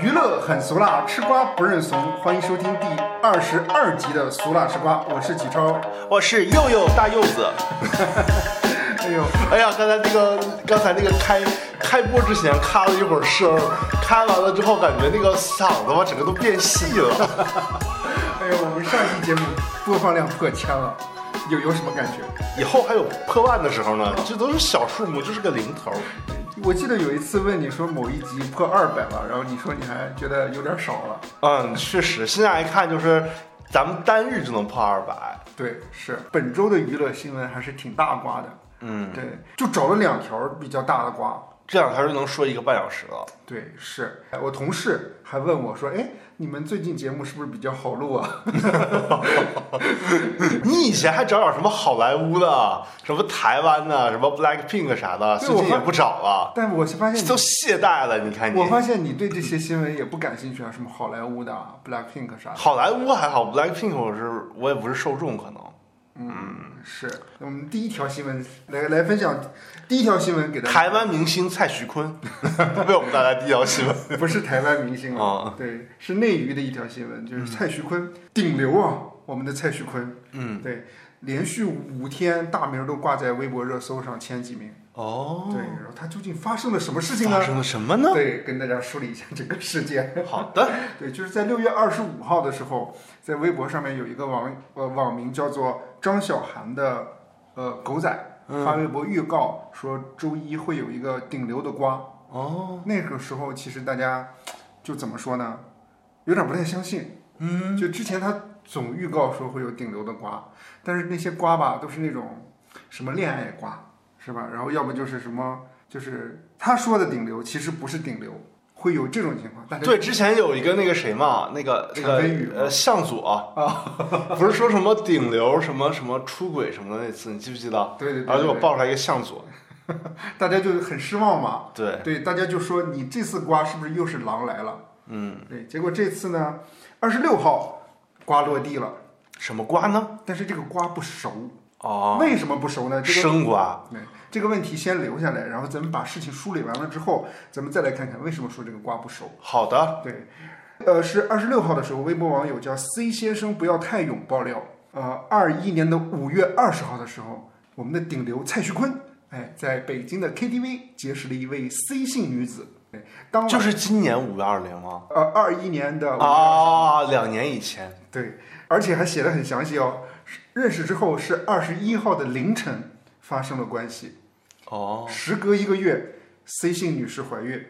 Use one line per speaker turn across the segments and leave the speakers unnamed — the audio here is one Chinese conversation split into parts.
娱乐很俗辣，吃瓜不认怂。欢迎收听第二十二集的《俗辣吃瓜》，我是启超。
我是佑佑大柚子。
哎呦，
哎呀，刚才那个刚才那个开开播之前咔了一会儿声，咔完了之后感觉那个嗓子吧整个都变细了。
哎呦，我们上期节目播放量破千了，有有什么感觉？
以后还有破万的时候呢，这都是小数目，就是个零头。
我记得有一次问你说某一集破二百了，然后你说你还觉得有点少了。
嗯，确实，现在一看就是咱们单日就能破二百。
对，是本周的娱乐新闻还是挺大瓜的。
嗯，
对，就找了两条比较大的瓜。
这两条就能说一个半小时了。
对，是哎我同事还问我说：“哎，你们最近节目是不是比较好录啊
你以前还找找什么好莱坞的，什么台湾的，什么 Black Pink 啥的，
对
最近
我发
也不找了？”，
但我是发现你
都懈怠了。你看你
我，发现你对这些新闻也不感兴趣啊，什么好莱坞的、啊、Blackpink 啥的。
好莱坞还好，Black Pink 我是我也不是受众，可能。
嗯，是。那我们第一条新闻来来分享，第一条新闻给大家，
台湾明星蔡徐坤 为我们带来第一条新闻
不是台湾明星啊，
啊，
对，是内娱的一条新闻，就是蔡徐坤、顶流啊，我们的蔡徐坤，
嗯，
对，连续五天大名都挂在微博热搜上前几名。
哦，
对，然后他究竟发生了什么事情
发
呢？
生了什么呢？
对，跟大家梳理一下这个事件。
好的，
对，就是在六月二十五号的时候，在微博上面有一个网呃网名叫做张小涵的呃狗仔
嗯
发微博预告说周一会有一个顶流的瓜。
哦，
那个时候其实大家就怎么说呢，有点不太相信。嗯，就之前他总预告说会有顶流的瓜，但是那些瓜吧都是那种什么恋爱瓜是吧？然后要么就是什么就是他说的顶流其实不是顶流，会有这种情况。但是
对，之前有一个那个谁嘛，那个那
陈飞宇吗哦
个呃向佐啊， 不是说什么顶流什么什么出轨什么的那次，你记不记得？
对对对对，
然后结果爆出来一个向佐，
大家就很失望嘛。
对，
对，大家就说你这次刮是不是又是狼来了？
嗯，
对，结果这次呢，二十六号刮落地了，
什么瓜呢？
但是这个瓜不熟，
哦，
为什么不熟呢？这个
生瓜，
对这个问题先留下来，然后咱们把事情梳理完了之后，咱们再来看看为什么说这个瓜不熟。
好的，
对，呃，是二十六号的时候，微博网友叫 C 先生不要太勇爆料，呃，二一年的五月二十号的时候，我们的顶流蔡徐坤，哎，在北京的 KTV 结识了一位 C 姓女子，哎，当晚
就是今年五月二零吗？
呃，二一年的，
啊，两年以前，
对，而且还写的很详细哦。是认识之后是二十一号的凌晨发生了关系，
哦，
时隔一个月，C 姓女士怀孕，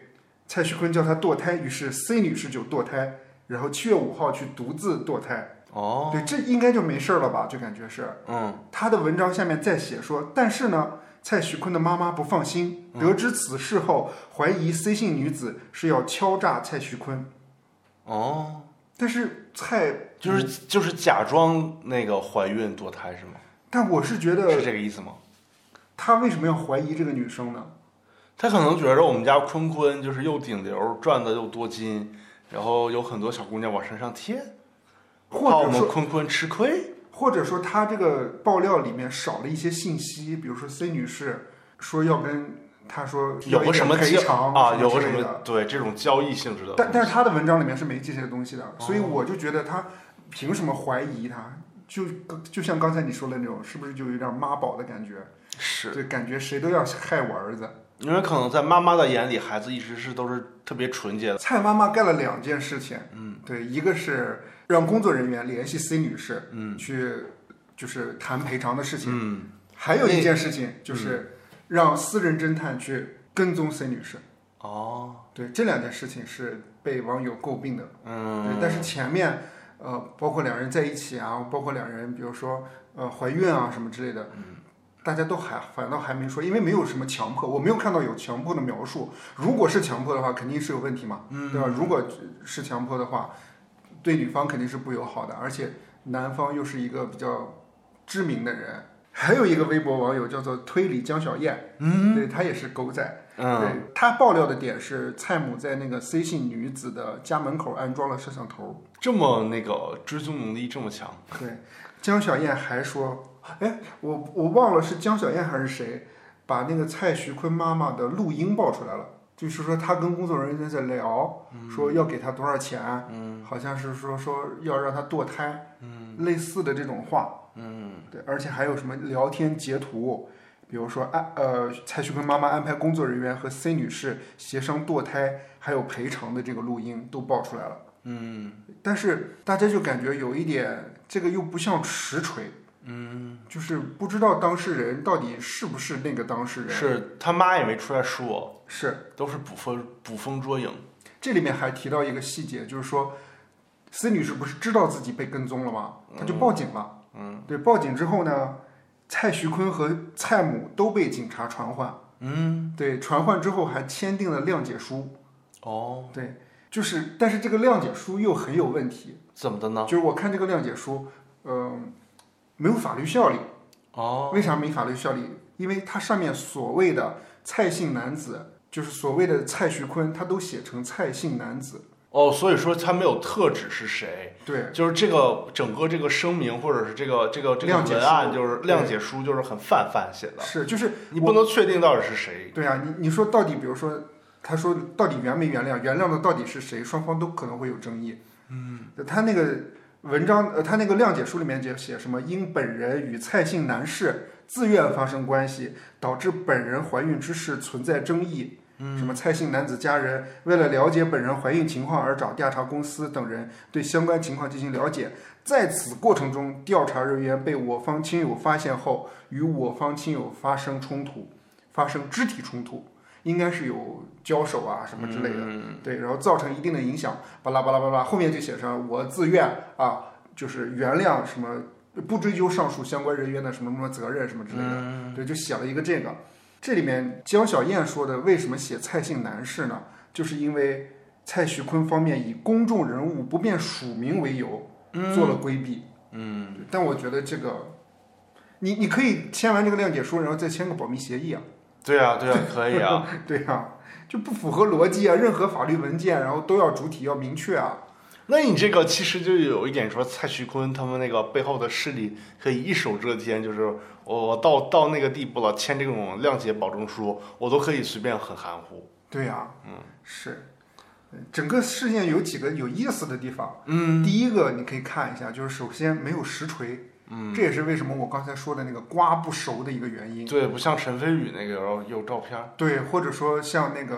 蔡徐坤叫她堕胎，于是 C 女士就堕胎，然后七月五号去独自堕胎。
哦，
对，这应该就没事儿了吧？就感觉是。
嗯，
他的文章下面再写说，但是呢，蔡徐坤的妈妈不放心，
嗯
得知此事后，怀疑 C 姓女子是要敲诈蔡徐坤，
哦，
但是蔡
就是
嗯
就是假装那个怀孕堕胎是吗？
但我是觉
是
得
这个意思吗？
他为什么要怀疑这个女生呢？
他可能觉得我们家坤坤就是又顶流，赚的又多金，然后有很多小姑娘往身上贴，
或
怕我
者
们
说，
坤坤吃亏。
或者说他这个爆料里面少了一些信息，比如说 C 女士说要跟他说
有个什么
要一点赔
交
偿
啊？有个
之
什
类
么
的，
对这种交易性质的东西？哦
但但是他的文章里面是没这些东西的，所以我就觉得他凭什么怀疑他？就就像刚才你说的那种，是不是就有点妈宝的感觉？
是
对，感觉谁都要害我儿子。
因为可能在妈妈的眼里，孩子一直是都是特别纯洁的。
蔡妈妈干了两件事情，嗯，对，一个是让工作人员联系 C 女士，嗯，去就是谈赔偿的事情，
嗯，
还有一件事情就是让私人侦探去跟踪 C 女士。
哦，
对，这两件事情是被网友诟病的。
嗯，
对，但是前面呃，包括两人在一起啊，包括两人比如说呃怀孕啊什么之类的，大家都还反倒还没说，因为没有什么强迫，我没有看到有强迫的描述。如果是强迫的话，肯定是有问题嘛，对吧？如果是强迫的话，对女方肯定是不友好的，而且男方又是一个比较知名的人。还有一个微博网友叫做推理江小燕，嗯，对他也是狗仔，
嗯，
对他爆料的点是，蔡母在那个 C 姓女子的家门口安装了摄像头。
这么那个追踪能力这么强，
对，江小燕还说，哎，我我忘了是江小燕还是谁，把那个蔡徐坤妈妈的录音爆出来了。就是说他跟工作人员在聊，说要给他多少钱，
嗯
好像是说说要让他堕胎，
嗯
类似的这种话，
嗯
对，而且还有什么聊天截图，比如说安呃蔡徐坤妈妈安排工作人员和 C 女士协商堕胎还有赔偿的这个录音都爆出来了，
嗯
但是大家就感觉有一点这个又不像实锤，嗯，就是不知道当事人到底是不是那个当事人，
是他妈也没出来说，
是
都是捕风捕风捉影。
这里面还提到一个细节，就是说，C 女士不是知道自己被跟踪了吗？她就报警了。嗯，对，报警之后呢，蔡徐坤和蔡母都被警察传唤。
嗯，
对，传唤之后还签订了谅解书。
哦，
对，就是，但是这个谅解书又很有问题。
怎么的呢？
就是我看这个谅解书，嗯、没有法律效力。
哦，
为啥没法律效力？因为它上面所谓的蔡姓男子，就是所谓的蔡徐坤，他都写成蔡姓男子。
哦，所以说他没有特指是谁，
对，
就是这个整个这个声明或者是这个这个这个
谅解
文案，就是
对
谅解书就是很泛泛写的，
是，就是
你
我
不能确定到底是谁。
对啊，你你说到底，比如说，他说到底原没原谅，原谅的到底是谁，双方都可能会有争议。嗯，他那个文章，呃，他那个谅解书里面就写什么，因本人与蔡姓男士自愿发生关系，导致本人怀孕之事存在争议。什么蔡姓男子家人为了了解本人怀孕情况而找调查公司等人对相关情况进行了解，在此过程中，调查人员被我方亲友发现后，与我方亲友发生冲突。发生肢体冲突，应该是有交手啊什么之
嗯
类的，对，然后造成一定的影响，巴拉巴拉巴拉，后面就写上我自愿啊，就是原谅什么，不追究上述相关人员的什么什么责任什么之类的，对，就写了一个这个。这里面江小燕说的为什么写蔡姓男士呢？就是因为蔡徐坤方面以公众人物不便署名为由做了规避，
嗯，
对但我觉得这个。你你可以签完这个谅解书，然后再签个保密协议啊。
对啊，对啊，可以 啊。
对啊，就不符合逻辑啊！任何法律文件，然后都要主体要明确啊。
那你这个其实就有一点说蔡徐坤他们那个背后的势力可以一手遮天，就是我我到到那个地步了，签这种谅解保证书，我都可以随便很含糊。
对啊，嗯，是。呃整个事件有几个有意思的地方。嗯，第一个你可以看一下，就是首先没有实锤，嗯，这也是为什么我刚才说的那个瓜不熟的一个原因。
对，不像陈飞宇那个有有照片儿，
对，或者说像那个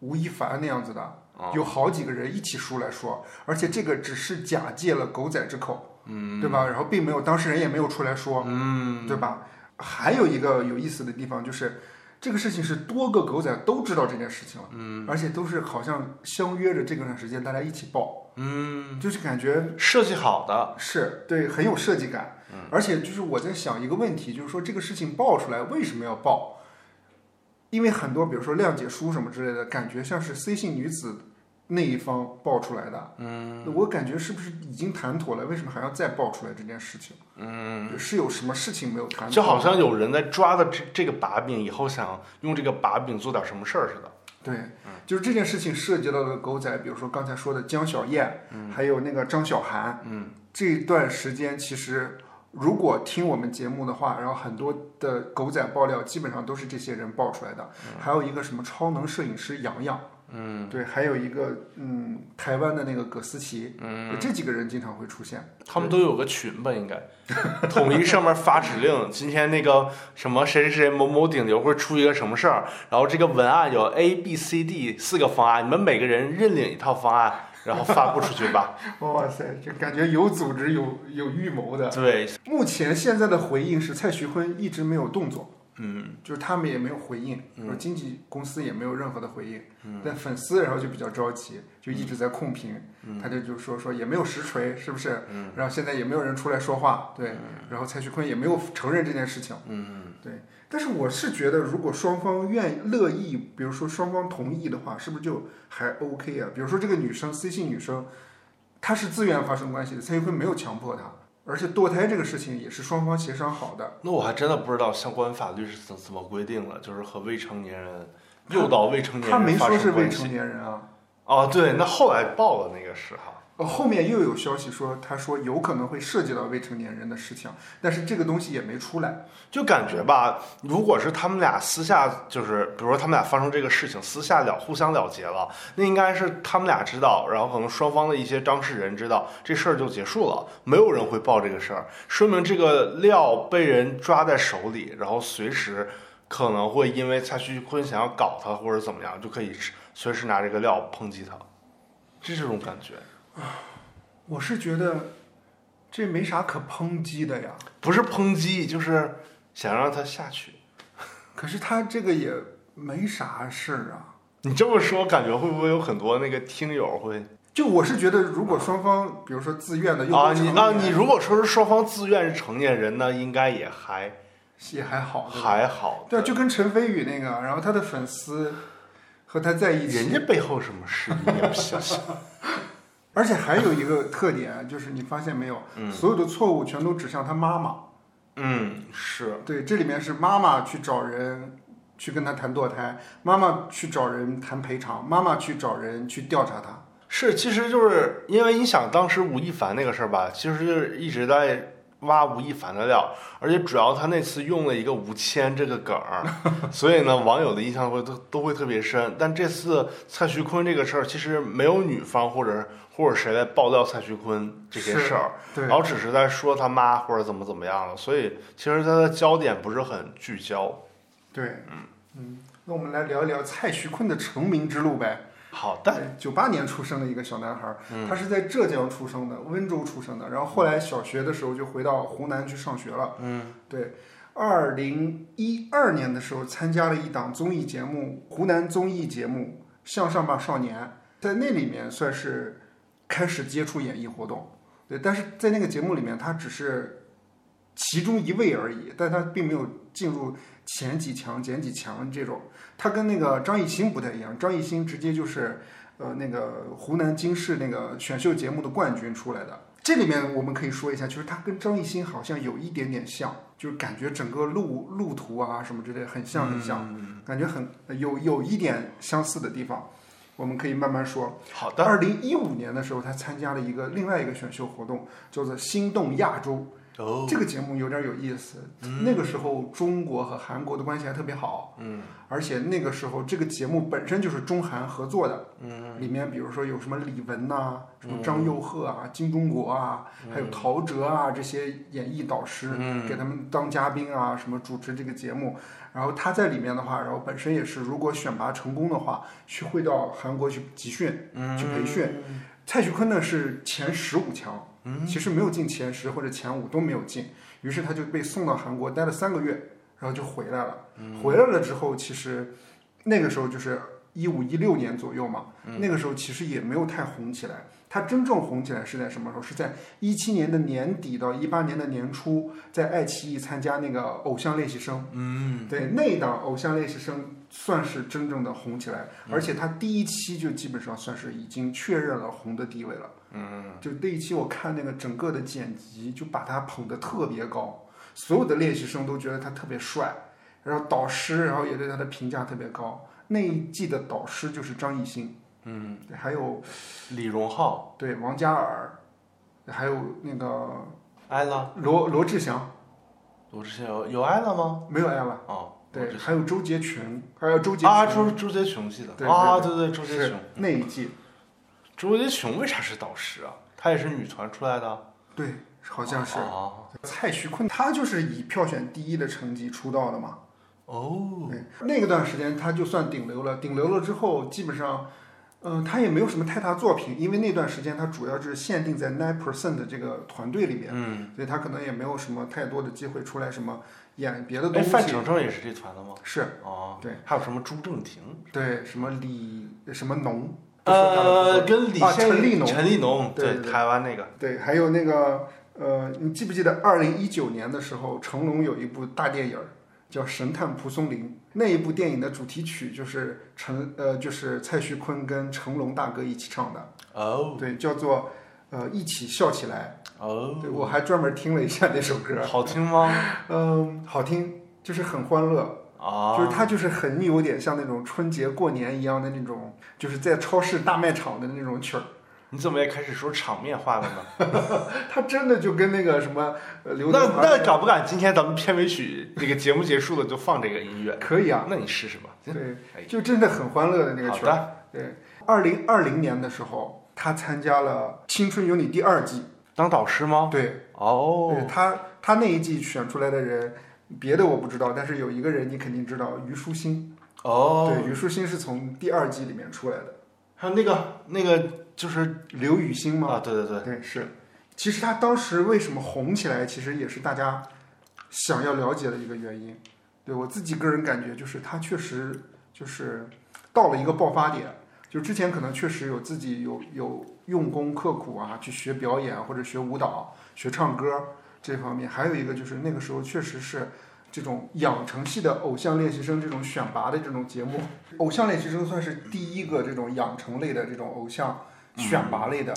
吴亦凡那样子的，
啊
有好几个人一起出来说，而且这个只是假借了狗仔之口，嗯，对吧？然后并没有当事人也没有出来说，
嗯，
对吧？还有一个有意思的地方就是，这个事情是多个狗仔都知道这件事情了，嗯，而且都是好像相约着这个段时间大家一起报，
嗯，
就是感觉
设计好的，
是对很有设计感，嗯，而且就是我在想一个问题，就是说这个事情爆出来为什么要爆？因为很多比如说谅解书什么之类的，感觉像是 C 姓女子那一方爆出来的，嗯，我感觉是不是已经谈妥了？为什么还要再爆出来这件事情？嗯，是有什么事情没有谈妥？
就好像有人在抓的这这个把柄，以后想用这个把柄做点什么事儿似的。
对，就是这件事情涉及到的狗仔，比如说刚才说的江小燕，还有那个张小涵，嗯，这段时间其实如果听我们节目的话，然后很多的狗仔爆料基本上都是这些人爆出来的，还有一个什么超能摄影师杨洋，嗯，对，还有一个嗯台湾的那个葛思琪，嗯，这几个人经常会出现，
他们都有个群吧，应该统一上面发指令。今天那个什么谁谁谁某某顶流会出一个什么事儿，然后这个文案有 A、B、C、D 四个方案，你们每个人认领一套方案，然后发布出去 吧。
哇塞，就感觉有组织有有预谋的。
对，
目前现在的回应是蔡徐坤一直没有动作。
嗯，
就是他们也没有回应，然后经纪公司也没有任何的回应，但粉丝然后就比较着急，就一直在控评，他就就说说也没有实锤，是不是？然后现在也没有人出来说话，对，然后蔡徐坤也没有承认这件事情，嗯，对。但是我是觉得，如果双方愿乐意，比如说双方同意的话，是不是就还 OK 啊？比如说这个女生 C 姓女生，她是自愿发生关系的，蔡徐坤没有强迫她，而且堕胎这个事情也是双方协商好的。
那我还真的不知道相关法律是怎怎么规定的，就是和未成年人诱导未成年
他没
人发
说是
生
未
关系。
成年人啊，
哦，对，那后来报的那个是哈，
呃，后面又有消息说，他说有可能会涉及到未成年人的事情，但是这个东西也没出来。
就感觉吧，如果是他们俩私下，就是比如说他们俩发生这个事情，私下了互相了结了，那应该是他们俩知道，然后可能双方的一些当事人知道，这事儿就结束了，没有人会报这个事儿，说明这个料被人抓在手里，然后随时可能会因为蔡徐坤想要搞他或者怎么样，就可以随时拿这个料抨击他，是这种感觉。
我是觉得这没啥可抨击的呀，
不是抨击，就是想让他下去。
可是他这个也没啥事儿啊。
你这么说，感觉会不会有很多那个听友会
就我是觉得，如果双方比如说自愿的又
啊？
都
你
成
啊，
年
你如果说是双方自愿是成年人呢，应该也还
也还好，对吧
还好。
对啊，就跟陈飞宇那个，然后他的粉丝和他在一
人
起，
家背后什么事，你也不相信。
而且还有一个特点就是你发现没有，所有的错误全都指向他妈妈。
嗯，是
对，这里面是妈妈去找人去跟他谈堕胎，妈妈去找人谈赔偿，妈妈去找人去调查他。
是，其实就是因为你想当时吴亦凡那个事儿吧，其实就是一直在挖吴亦凡的料，而且主要他那次用了一个吴谦这个梗儿， 所以呢，网友的印象会都都会特别深。但这次蔡徐坤这个事儿，其实没有女方或者或者谁来爆料蔡徐坤这些
是
事儿，
对
然，后只是在说他妈或者怎么怎么样了，所以其实他的焦点不是很聚焦。
对，嗯那我们来聊一聊蔡徐坤的成名之路呗。
好，但
九八年出生的一个小男孩儿，他是在浙江出生的，温州出生的，然后后来小学的时候就回到湖南去上学了。嗯，对。二零一二年的时候，参加了一档综艺节目，湖南综艺节目《向上吧少年》，在那里面算是开始接触演艺活动。对，但是在那个节目里面，他只是其中一位而已，但他并没有进入前几强、前几强这种。他跟那个张艺兴不太一样，张艺兴直接就是呃那个湖南经视那个选秀节目的冠军出来的。这里面我们可以说一下，就是他跟张艺兴好像有一点点像，就是感觉整个路路途啊什么之类很像很
嗯
像，感觉很有有一点相似的地方，我们可以慢慢说。
好的，
二零一五年的时候，他参加了一个另外一个选秀活动，叫做《心动亚洲》。
哦，
这个节目有点有意思。那个时候，中国和韩国的关系还特别好。嗯，而且那个时候，这个节目本身就是中韩合作的。嗯，里面比如说有什么李玟呐、什么张佑赫啊、金钟国啊，还有陶喆啊这些演艺导师，给他们当嘉宾啊，什么主持这个节目。然后他在里面的话，然后本身也是，如果选拔成功的话，去会到韩国去集训、去培训。蔡徐坤呢是前十五强，其实没有进前十或者前五都没有进，于是他就被送到韩国待了三个月，然后就回来了。回来了之后，其实那个时候就是一五一六年左右嘛，那个时候其实也没有太红起来。他真正红起来是在什么时候？是在一七年的年底到一八年的年初，在爱奇艺参加那个《偶像练习生》。嗯，对，那一档《偶像练习生》算是真正的红起来，而且他第一期就基本上算是已经确认了红的地位了。嗯，就那一期我看那个整个的剪辑，就把他捧得特别高，所有的练习生都觉得他特别帅，然后导师然后也对他的评价特别高。那一季的导师就是张艺兴，嗯，还有
李荣浩、
对王嘉尔，还有那个
艾拉，
罗罗志祥，
罗志祥有有艾拉吗？
没有艾娃，
哦，
对，还有周杰群，还有周杰
啊，
群
周周杰琼记
对对
得啊，对对，周杰
是
琼，
那一季。
周杰琼为啥是导师啊？她也是女团出来的，
对，好像是、
啊，
蔡徐坤，他就是以票选第一的成绩出道的嘛。
哦，
对，嗯那个段时间他就算顶流了，顶流了之后，基本上，嗯、他也没有什么太大作品，因为那段时间他主要是限定在 Nine Percent 的这个团队里面，嗯，所以他可能也没有什么太多的机会出来什么演别的
哎，
东
范
西。
丞丞也是这团的吗？
是
哦，
对，
还有什么朱正廷？
对什么李什么农，不是他的
呃，
不是
跟李
啊
现
陈立农
陈立农，
对对对
台湾那个，
对，还有那个呃，你记不记得二零一九年的时候，成龙有一部大电影儿叫《神探蒲松龄》，那一部电影的主题曲就是陈呃就是蔡徐坤跟成龙大哥一起唱的，
哦
对，叫做呃一起笑起来。
哦，
对我还专门听了一下那首歌，
好听 吗？
嗯，好听，就是很欢乐。
啊，
就是它就是很有点像那种春节过年一样的那种，就是在超市大卖场的那种曲儿。
你怎么也开始说场面话了呢？
他真的就跟那个什么呃刘德
那
华
那敢不敢今天咱们片尾曲那个节目结束了就放这个音乐？
可以啊，
那你试试吧。哎
对，就真的很欢乐的那个
好
曲儿。
的，
对，二零二零年的时候，他参加了《青春有你》第二季。
当导师吗？
对，对
哦，
他他那一季选出来的人，别的我不知道，但是有一个人你肯定知道，虞书欣。
哦，
对，虞书欣是从第二季里面出来的。
还有那个那个就是
刘雨欣吗？
啊，对对对，
对，是。其实他当时为什么红起来，其实也是大家想要了解的一个原因。对我自己个人感觉，就是他确实就是到了一个爆发点。就之前可能确实有自己有有用功刻苦啊，去学表演或者学舞蹈、学唱歌这方面。还有一个就是那个时候确实是这种养成系的偶像练习生这种选拔的这种节目，偶像练习生算是第一个这种养成类的这种偶像选拔类的。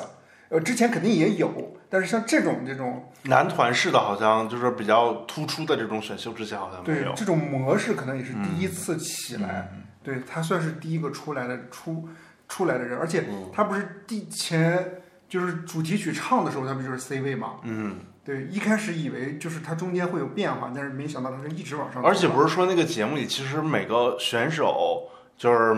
呃，之前肯定也有，但是像这种这种
男团式的好像就是比较突出的这种选秀之前好像啊没
对
有。嗯
这种模式，可能也是第一次起来。对他算是第一个出来的出出来的人，而且
嗯
他不是第前就是主题曲唱的时候，他不就是 C 位嘛？
嗯，
对，一开始以为就是他中间会有变化，但是没想到他是一直往上走的。
而且不是说那个节目里，其实每个选手就是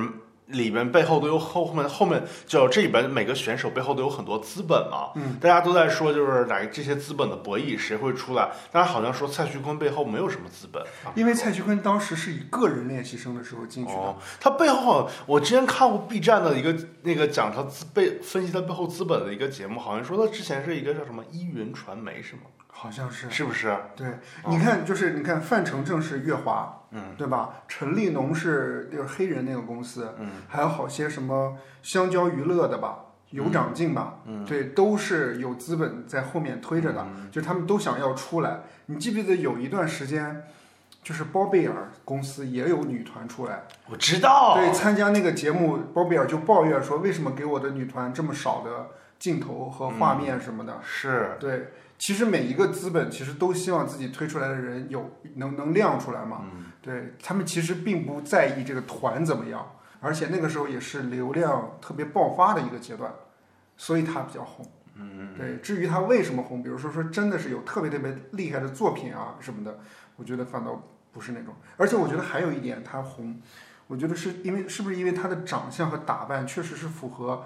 里面背后都有后面后面，就这里边每个选手背后都有很多资本嘛。
嗯，
大家都在说就是哪这些资本的博弈谁会出来，但是好像说蔡徐坤背后没有什么资本。啊
因为蔡徐坤当时是以个人练习生的时候进去的，
哦，他背后好像我之前看过 B 站的一个那个讲他资背分析他背后资本的一个节目，好像说他之前是一个叫什么依云传媒是吗？
好像是。
是不是？
对，你看，就是你看，范丞丞是月华，
嗯，
对吧？陈立农是就是黑人那个公司，
嗯，
还有好些什么香蕉娱乐的吧，有长进吧，
嗯
对，都是有资本在后面推着的，就他们都想要出来。你记不记得有一段时间，就是包贝尔公司也有女团出来，
我知道，
对，参加那个节目，包贝尔就抱怨说，为什么给我的女团这么少的镜头和
嗯
画面什么的。
是
对，其实每一个资本其实都希望自己推出来的人有能能亮出来嘛。对他们其实并不在意这个团怎么样，而且那个时候也是流量特别爆发的一个阶段，所以他比较红。嗯，对。至于他为什么红，比如说说真的是有特别特别厉害的作品啊什么的，我觉得反倒不是那种。而且我觉得还有一点，他红，我觉得是因为是不是因为他的长相和打扮确实是符合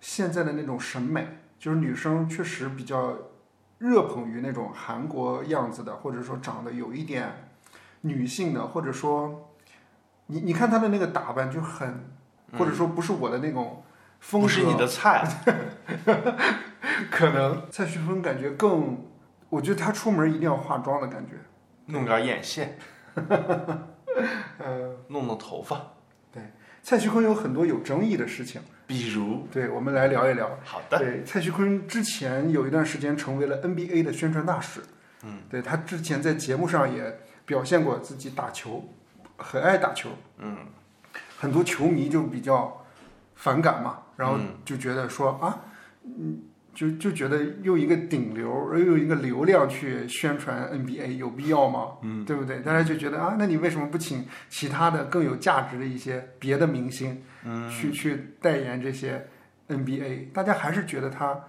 现在的那种审美。就是女生确实比较热捧于那种韩国样子的，或者说长得有一点女性的，或者说你你看她的那个打扮就很，或者说不是我的那种风
嗯不
格，
是你的菜，
可能蔡徐坤感觉更，我觉得他出门一定要化妆的感觉，
弄点眼线，
呃，
弄弄头发，
蔡徐坤有很多有争议的事情，
比如，
对，我们来聊一聊。
好的，
对，蔡徐坤之前有一段时间成为了 NBA 的宣传大使。嗯，对他之前在节目上也表现过自己打球，很爱打球。
嗯，
很多球迷就比较反感嘛，然后就觉得说、啊，嗯，就就觉得用一个顶流，用一个流量去宣传 NBA 有必要吗？嗯，对不对？大家就觉得啊，那你为什么不请其他的更有价值的一些别的明星，嗯，去去代言这些 NBA？大家还是觉得他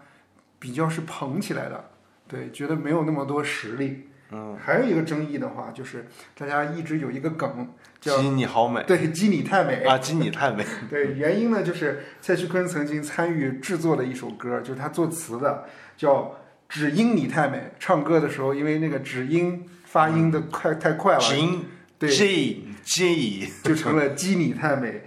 比较是捧起来的，对，觉得没有那么多实力。嗯，还有一个争议的话，就是大家一直有一个梗叫
鸡你好美
对，基你太美。
啊，鸡你太美，
对，原因呢就是蔡徐坤曾经参与制作的一首歌，就是他作词的，叫《只因你太美》。唱歌的时候，因为那个只因发音的快太快了，
金
对
G G，
就成了“基你太美”，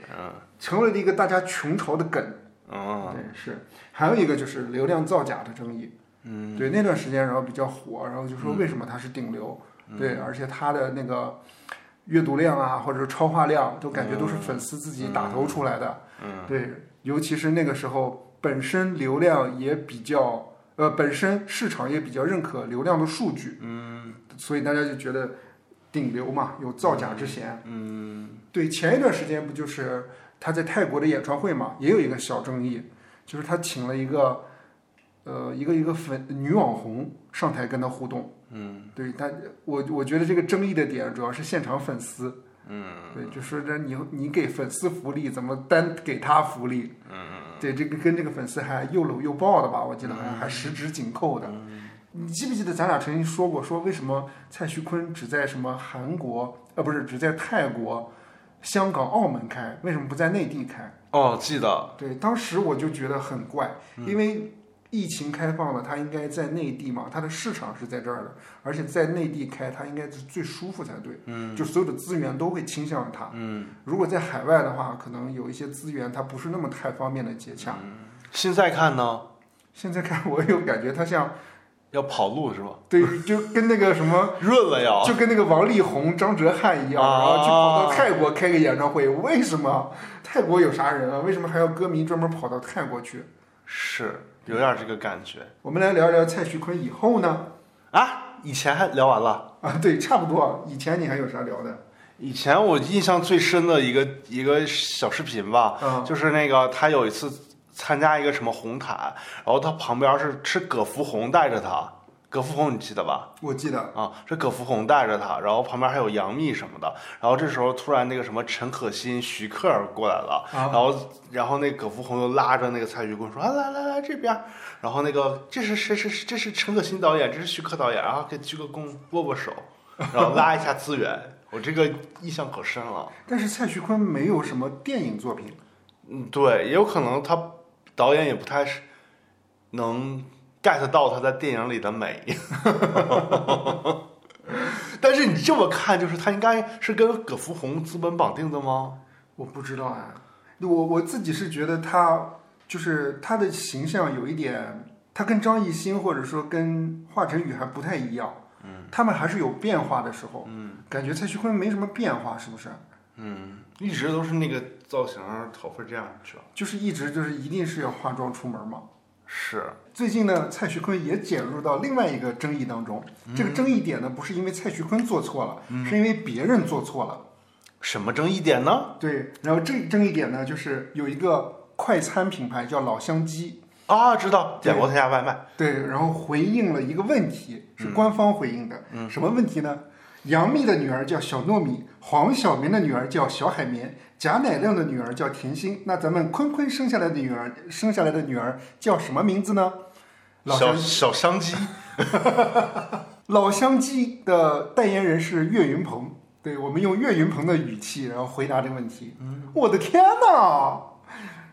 成为了一个大家群嘲的梗。
嗯，
对，是。还有一个就是流量造假的争议。嗯，对，那段时间然后比较火，然后就说为什么他是顶流？对，而且他的那个阅读量啊，或者是超话量，都感觉都是粉丝自己打头出来的。嗯，对，尤其是那个时候，本身流量也比较，呃，本身市场也比较认可流量的数据。嗯，所以大家就觉得顶流嘛，有造假之嫌。嗯，对，前一段时间不就是他在泰国的演唱会嘛，也有一个小争议。就是他请了一个，呃，一个一个粉女网红上台跟他互动。嗯，对他，我我觉得这个争议的点主要是现场粉丝。嗯，对，就说这你你给粉丝福利，怎么单给他福利？嗯嗯对，这个跟这个粉丝还又搂又抱的吧，我记得好像还十指紧扣的。你记不记得咱俩曾经说过，说为什么蔡徐坤只在什么韩国，呃，不是只在泰国、香港、澳门开，为什么不在内地开？
哦，记得，
对，当时我就觉得很怪，
嗯
因为疫情开放了，它应该在内地嘛，它的市场是在这儿的，而且在内地开，它应该是最舒服才对，
嗯
就所有的资源都会倾向于它。
嗯，
如果在海外的话，可能有一些资源它不是那么太方便的接洽。
现在看呢，
现在看 我有感觉，它像
要跑路是吧？
对，就跟那个什么。
润了要，
就跟那个王力宏、张哲瀚一样，然后去跑到泰国开个演唱会，为什么？泰国有啥人啊？为什么还要歌迷专门跑到泰国去？
是有点这个感觉
我们来聊一聊蔡徐坤以后呢？
啊。以前还聊完了，
啊，对，差不多。以前你还有啥聊的？
以前我印象最深的一个一个小视频吧，
啊，
就是那个他有一次参加一个什么红毯，然后他旁边是是葛福洪带着他，葛福洪你记得吧？
我记得
啊，是葛福洪带着他，然后旁边还有杨幂什么的，然后这时候突然那个什么陈可辛、徐克过来了，然
啊，
后，然后那葛福洪又拉着那个蔡徐坤说：“啊，来来来，这边儿。”然后那个这是谁谁谁这是陈可辛导演，这是徐克导演，然后给鞠个躬，握握手，然后拉一下资源。我这个印象可深了。
但是蔡徐坤没有什么电影作品，
嗯，对，也有可能他导演也不太是能 get 到他在电影里的美。 但是你这么看，就是他应该是跟葛福洪资本绑定的吗？
我不知道啊。我我自己是觉得他就是他的形象有一点，他跟张艺兴或者说跟华晨宇还不太一样。嗯，他们还是有变化的时候。嗯，感觉蔡徐坤没什么变化，是不是？
嗯，一直都是那个造型儿头发这样卷。
就是一直就是一定是要化妆出门嘛。
是，
最近呢，蔡徐坤也卷入到另外一个争议当中。这个争议点呢，不是因为蔡徐坤做错了，是因为别人做错了。
什么争议点呢？
对，然后这争议点呢，就是有一个快餐品牌叫老乡鸡，
啊，知道
对
点过他家外卖。
对，然后回应了一个问题，是官方回应的。什么问题呢？杨幂的女儿叫小糯米，黄晓明的女儿叫小海绵，贾乃亮的女儿叫甜心。那咱们坤坤生下来的女儿，生下来的女儿叫什么名字呢？老乡
小小香鸡，
老乡鸡的代言人是岳云鹏，对我们用岳云鹏的语气，然后回答这个问题。我的天呐！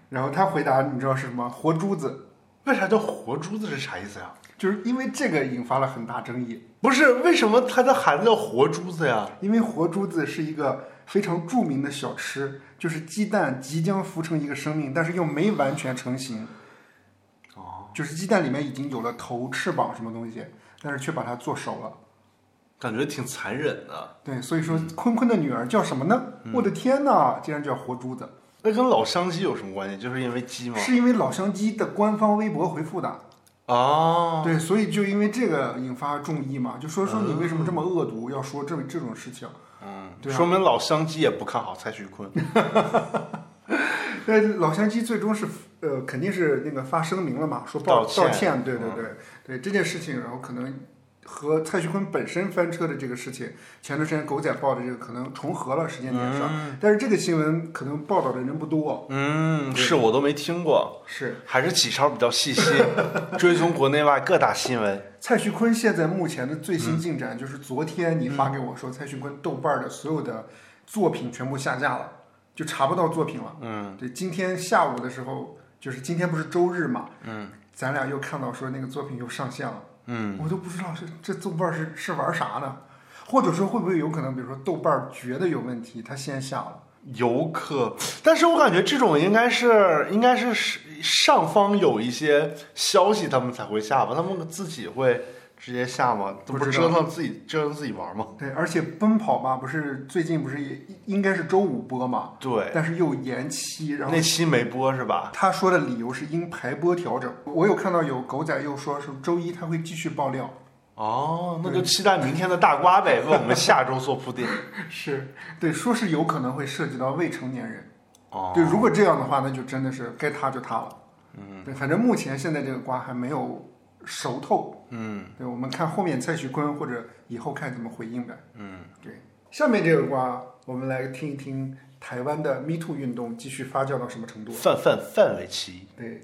然后他回答，你知道是什么？活珠子，
为啥叫活珠子是啥意思呀？
就是因为这个引发了很大争议，
不是，为什么他的孩子叫活珠子呀？
因为活珠子是一个非常著名的小吃，就是鸡蛋即将孵成一个生命，但是又没完全成型。哦，就是鸡蛋里面已经有了头、翅膀什么东西，但是却把它做熟了。
感觉挺残忍的。
对，所以说坤坤的女儿叫什么呢？我的天呐，竟然叫活珠子，
那跟老乡鸡有什么关系？就是因为鸡吗？
是因为老乡鸡的官方微博回复的。
啊，
对，所以就因为这个引发众议嘛，就说说你为什么这么恶毒，要说这这种事情。
嗯，
对啊
说明老乡鸡也不看好蔡徐坤。
呃，老乡鸡最终是呃，肯定是那个发声明了嘛，说
道
道
歉嗯
歉，对对对、对这件事情，然后可能和蔡徐坤本身翻车的这个事情，前段时间狗仔报的这个可能重合了时间点上，但是这个新闻可能报道的人不多，
嗯，
对
是我都没听过，
是
还是启超比较细 心，追踪国内外各大新闻。
蔡徐坤现在目前的最
嗯
新进展就是昨天你发给我说，蔡徐坤豆瓣的所有的作品全部下架了，就查不到作品了。
嗯，
对，今天下午的时候，就是今天不是周日嘛，
嗯，
咱俩又看到说那个作品又上线了，
嗯，
我都不知道这这豆瓣是是玩啥呢？或者说会不会有可能，比如说豆瓣觉得有问题，他先下了，
游客，但是我感觉这种应该是应该是上方有一些消息，他们才会下吧？他们自己会直接下吗？这不
不知道
折腾自己折腾自己玩吗？
对，而且奔跑吧不是最近不是也应该是周五播嘛，
对，
但是又延期，然后
那期没播是吧？
他说的理由是因排播调整。我有看到有狗仔又说是周一他会继续爆 料，
哦，那就期待明天的大瓜呗，为我们下周做铺垫。
是对，说是有可能会涉及到未成年人。
哦，
对，如果这样的话，那就真的是该塌就塌了。嗯，对，反正目前现在这个瓜还没有熟透。
嗯，
对，我们看后面蔡徐坤或者以后看怎么回应呗。嗯，对，下面这个瓜我们来听一听台湾的 Me Too 运动继续发酵到什么程度。
范范范玮琪，
对，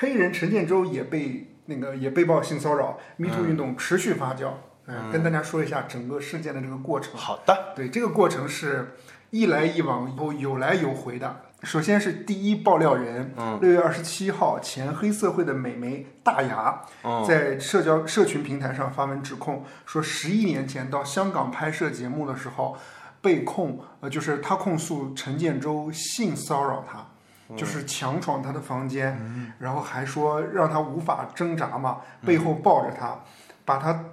黑人陈建州也被那个也被曝性骚扰，Me Too 运动持续发酵。嗯，跟大家说一下整个事件的这个过程。
好的，
对，这个过程是一来一往，以后有来有回的。首先是第一爆料人，六月二十七号，前黑社会的美眉大牙在社交社群平台上发文指控，说十一年前到香港拍摄节目的时候，被控呃，就是他控诉陈建州性骚扰他。就是强闯他的房间，然后还说让他无法挣扎嘛，背后抱着他，把他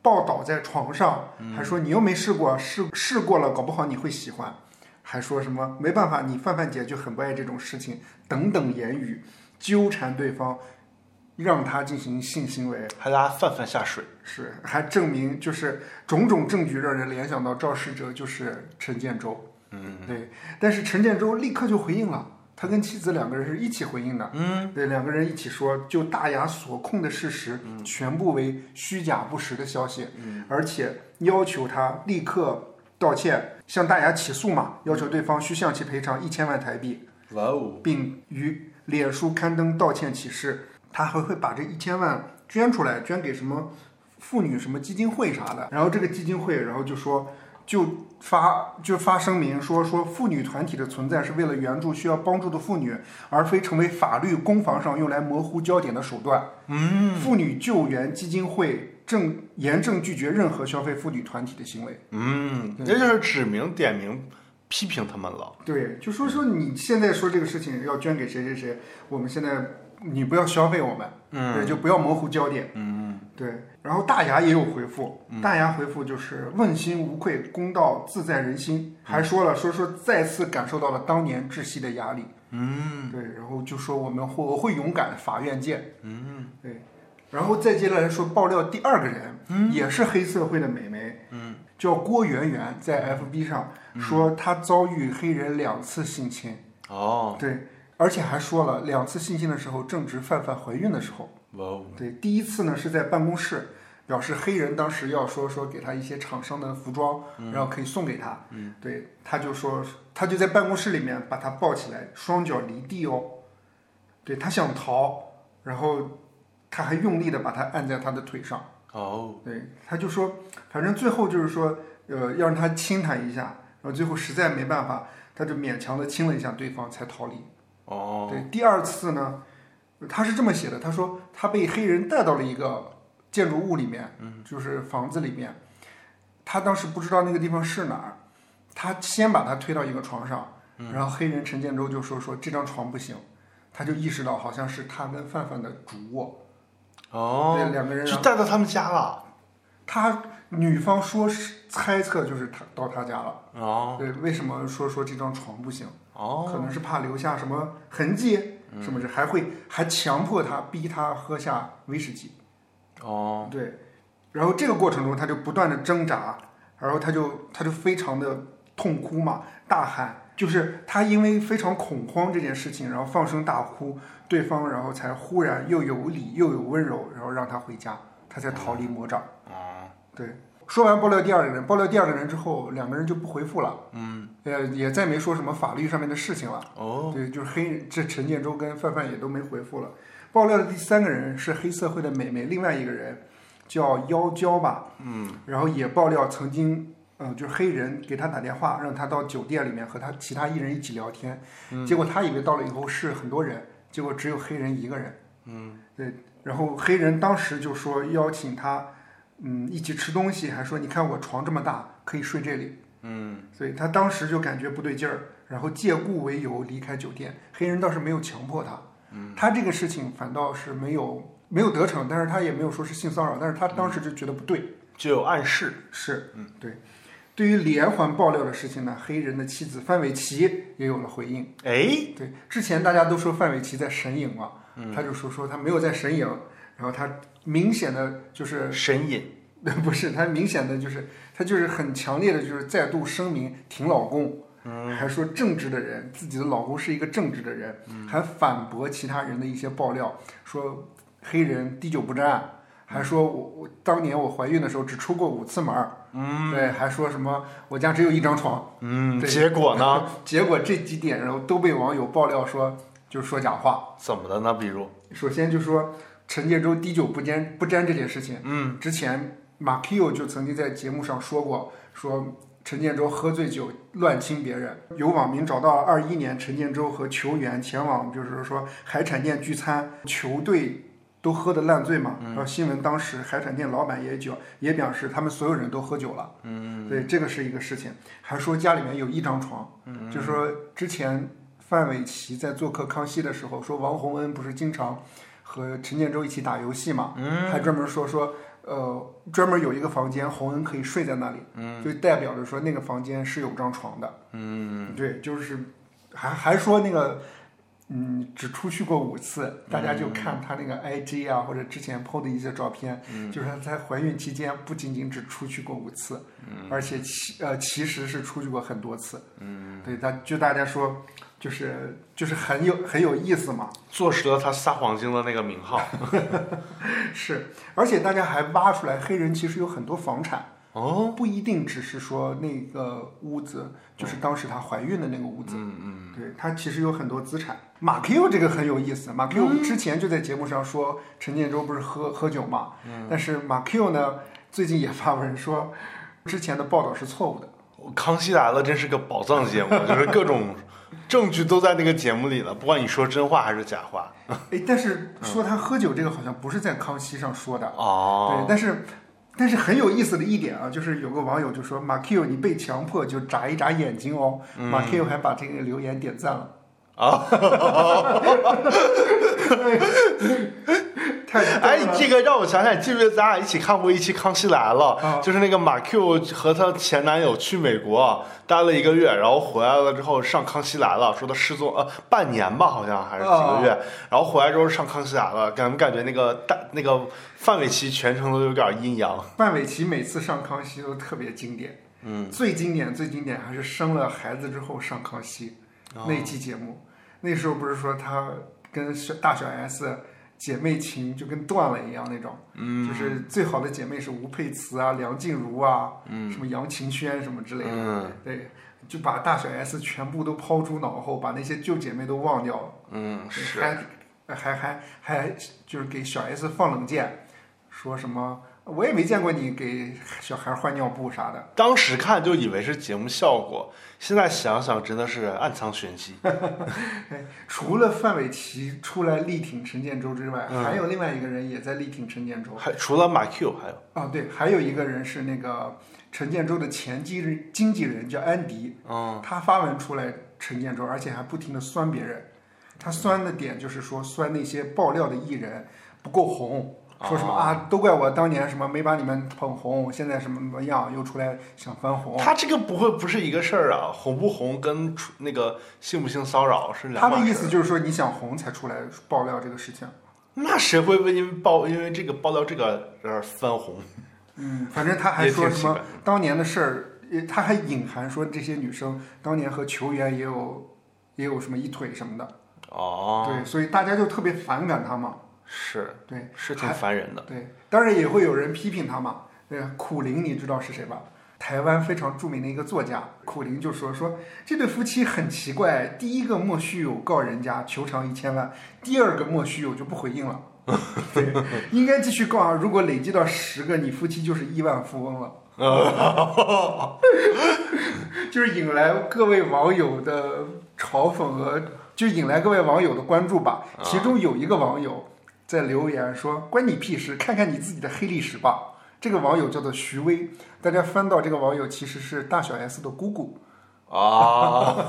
抱倒在床上，还说你又没试过，试试过了，搞不好你会喜欢，还说什么没办法，你范范姐就很不爱这种事情，等等言语纠缠对方，让他进行性行为，
还拉范范下水，
是还证明就是种种证据让人联想到肇事者就是陈建州，嗯，对，但是陈建州立刻就回应了。他跟妻子两个人是一起回应的，嗯，对，两个人一起说，就大牙所控的事实、全部为虚假不实的消息，嗯，而且要求他立刻道歉，向大牙起诉嘛，要求对方需向其赔偿一千万台币，
哇哦，
并于脸书刊登道歉启事。他还会把这一千万捐出来，捐给什么妇女什么基金会啥的。然后这个基金会，然后就说就发就发声明说说妇女团体的存在是为了援助需要帮助的妇女，而非成为法律攻防上用来模糊焦点的手段。嗯，妇女救援基金会正严正拒绝任何消费妇女团体的行为。
嗯，这就是指名点名批评他们了，
对，就说说你现在说这个事情要捐给谁谁谁，我们现在你不要消费我们，嗯，对，就不要模糊焦点，嗯，对。然后大牙也有回复，大牙回复就是问心无愧，公道自在人心，还说了说说再次感受到了当年窒息的压力，嗯，对，然后就说我们会我会勇敢，法院见，嗯，对。然后再接下来说爆料第二个人，嗯、也是黑社会的美眉，叫郭媛媛，在 FB 上说她遭遇黑人两次性侵，
哦，
对，而且还说了两次性侵的时候正值范范怀孕的时候，
哇哦，
对，第一次呢是在办公室，表示黑人当时要说说给她一些厂商的服装，然后可以送给她，对，她就说她就在办公室里面把她抱起来，双脚离地哦，对她想逃，然后她还用力的把她按在她的腿上。
哦，
对，他就说，反正最后就是说，呃，要让他亲他一下，然后最后实在没办法，他就勉强的亲了一下对方才逃离。
哦，
对，第二次呢，他是这么写的，他说他被黑人带到了一个建筑物里面，
嗯
就是房子里面，他当时不知道那个地方是哪儿，他先把他推到一个床上，
嗯
然后黑人陈建州就说说这张床不行，他就意识到好像是他跟范范的主卧，对，
哦，
两个人然
就
后
带到他们家了，
他女方说是猜测就是他到他家了，
哦
对，为什么说说这张床不行？
哦，嗯
可能是怕留下什么痕迹，什么这还会还强迫他逼他喝下威士忌，
哦，
对，然后这个过程中他就不断的挣扎，然后他就他就非常的痛哭嘛，大喊，就是他因为非常恐慌这件事情，然后放声大哭，对方然后才忽然又有理又有温柔，然后让他回家，他才逃离魔掌。
哦，
对，说完爆料第二个人，爆料第二个人之后，两个人就不回复了，
嗯，
呃，也再没说什么法律上面的事情了。
哦，
对，就是黑这陈建州跟范范也都没回复了。爆料的第三个人是黑社会的美眉，另外一个人叫妖娇吧，嗯，然后也爆料曾经，嗯、就是黑人给他打电话，让他到酒店里面和他其他艺人一起聊天，结果他以为到了以后是很多人，结果只有黑人一个人，嗯，对，然后黑人当时就说邀请他，嗯，一起吃东西，还说你看我床这么大，可以睡这里。
嗯
所以他当时就感觉不对劲儿，然后借故为由离开酒店。黑人倒是没有强迫他，他这个事情反倒是没有没有得逞，但是他也没有说是性骚扰，但是他当时就觉得不对，
就有暗示，
是，嗯，对。对于连环爆料的事情呢，黑人的妻子范玮琪也有了回应。
哎，
对，之前大家都说范玮琪在神隐嘛，他就说说他没有在神隐，然后他明显的就是
神隐，
不是，他明显的就是他就是很强烈的，就是再度声明挺老公，还说正直的人，自己的老公是一个正直的人，还反驳其他人的一些爆料，说黑人滴酒不沾，还说我我当年我怀孕的时候只出过五次门儿，嗯，对，还说什么我家只有一张床，
嗯，
对
结果呢？
结果这几点然后都被网友爆料说就是说假话。
怎么的呢？比如，
首先就说陈建州滴酒不沾不沾这件事情，
嗯，
之前马 Q 就曾经在节目上说过，说陈建州喝醉酒乱亲别人。有网民找到了二一年陈建州和球员前往，就是说海产店聚餐，球队。都喝得烂醉嘛，然后新闻当时海产店老板也酒也表示他们所有人都喝酒了，嗯，对，这个是一个事情，还说家里面有一张床，嗯，就说之前范玮琪在做客康熙的时候说王洪恩不是经常和陈建州一起打游戏嘛，嗯，还专门说说，呃，专门有一个房间，洪恩可以睡在那里，嗯，就代表着说那个房间是有张床的，嗯，对，就是还还说那个，嗯，只出去过五次，大家就看他那个 IG 啊，或者之前 PO 的一些照片，就是她在怀孕期间不仅仅只出去过五次，而且其呃其实是出去过很多次，嗯，对，大就大家说。就是就是很有很有意思嘛，
坐实了他撒谎精的那个名号。
是，而且大家还挖出来，黑人其实有很多房产，
哦，
不一定只是说那个屋子，就是当时她怀孕的那个屋子。嗯嗯嗯，对，她其实有很多资产。马 Q 这个很有意思，马 Q 之前就在节目上说陈建州不是喝喝酒嘛，但是马 Q 呢最近也发文说， 之前的报道是错 误的。
康熙来了真是个宝藏节目， 就是各种证据都在那个节目里了，不管你说真话还是假话。
哎，但是说他喝酒这个好像不是在康熙上说的。啊对
哦，，
但是但是很有意思的一点啊，就是有个网友就说马 Q 你被强迫就眨一眨眼睛哦，
嗯
马 Q 还把这个留言点赞了。
哦
啊，太
哎
逗了，
这个让我想起来，记不记得咱俩一起看过一期《康熙来了》
啊
就是那个马 Q 和她前男友去美国待了一个月，然后回来了之后上《康熙来了》，说他失踪呃半年吧，好像还是几个月，然后回来之后上《康熙来了》，感不感觉那个大那个范玮琪全程都有点阴阳？
范玮琪每次上康熙都特别经典，嗯，最经典最经典还是生了孩子之后上康熙、那期节目，那时候不是说她跟小大小 S 姐妹情就跟断了一样那种，嗯，就是最好的姐妹是吴佩慈啊、梁静茹啊，嗯，什么杨晴轩什么之类的，
嗯
对，就把大小 S 全部都抛诸脑后，把那些旧姐妹都忘掉了。
嗯，是。
还还还还就是给小 S 放冷箭，说什么我也没见过你给小孩换尿布啥的。
当时看就以为是节目效果，现在想想真的是暗藏玄 机。
哎，除了范玮琪出来力挺陈建州之外，还有另外一个人也在力挺陈建州。
还除了马 Q 还有
啊，对，还有一个人是那个陈建州的前经纪经纪人叫安迪，
嗯
他发文出来陈建州，而且还不停的酸别人。他酸的点就是说酸那些爆料的艺人不够红，说什么啊，都怪我当年什么没把你们捧红，现在什么怎么样又出来想翻红。
哦他这个不会不是一个事儿啊，红不红跟出那个性不性骚扰是两
他
码
的
事。
意思就是说你想红才出来爆料这个事情。
那谁会为因为爆因为这个爆料这个而翻红？
嗯，反正他还
也
说
挺
什
奇
么
怪
当年的事儿，也他还隐含说这些女生当年和球员也有也有什么一腿什么的。
哦，
对，所以大家就特别反感他嘛。
是
对，
是挺烦人的。
对，当然也会有人批评他嘛。对，苦灵你知道是谁吧？台湾非常著名的一个作家苦灵就说说这对夫妻很奇怪，第一个莫须有告人家求偿一千万，第二个莫须有就不回应了。对，应该继续告啊！如果累积到十个，你夫妻就是亿万富翁了。就是引来各位网友的嘲讽和，就引来各位网友的关注吧。其中有一个网友在留言说：“关你屁事，看看你自己的黑历史吧。”这个网友叫做徐威，大家翻到这个网友其实是大小 S 的姑姑。
啊，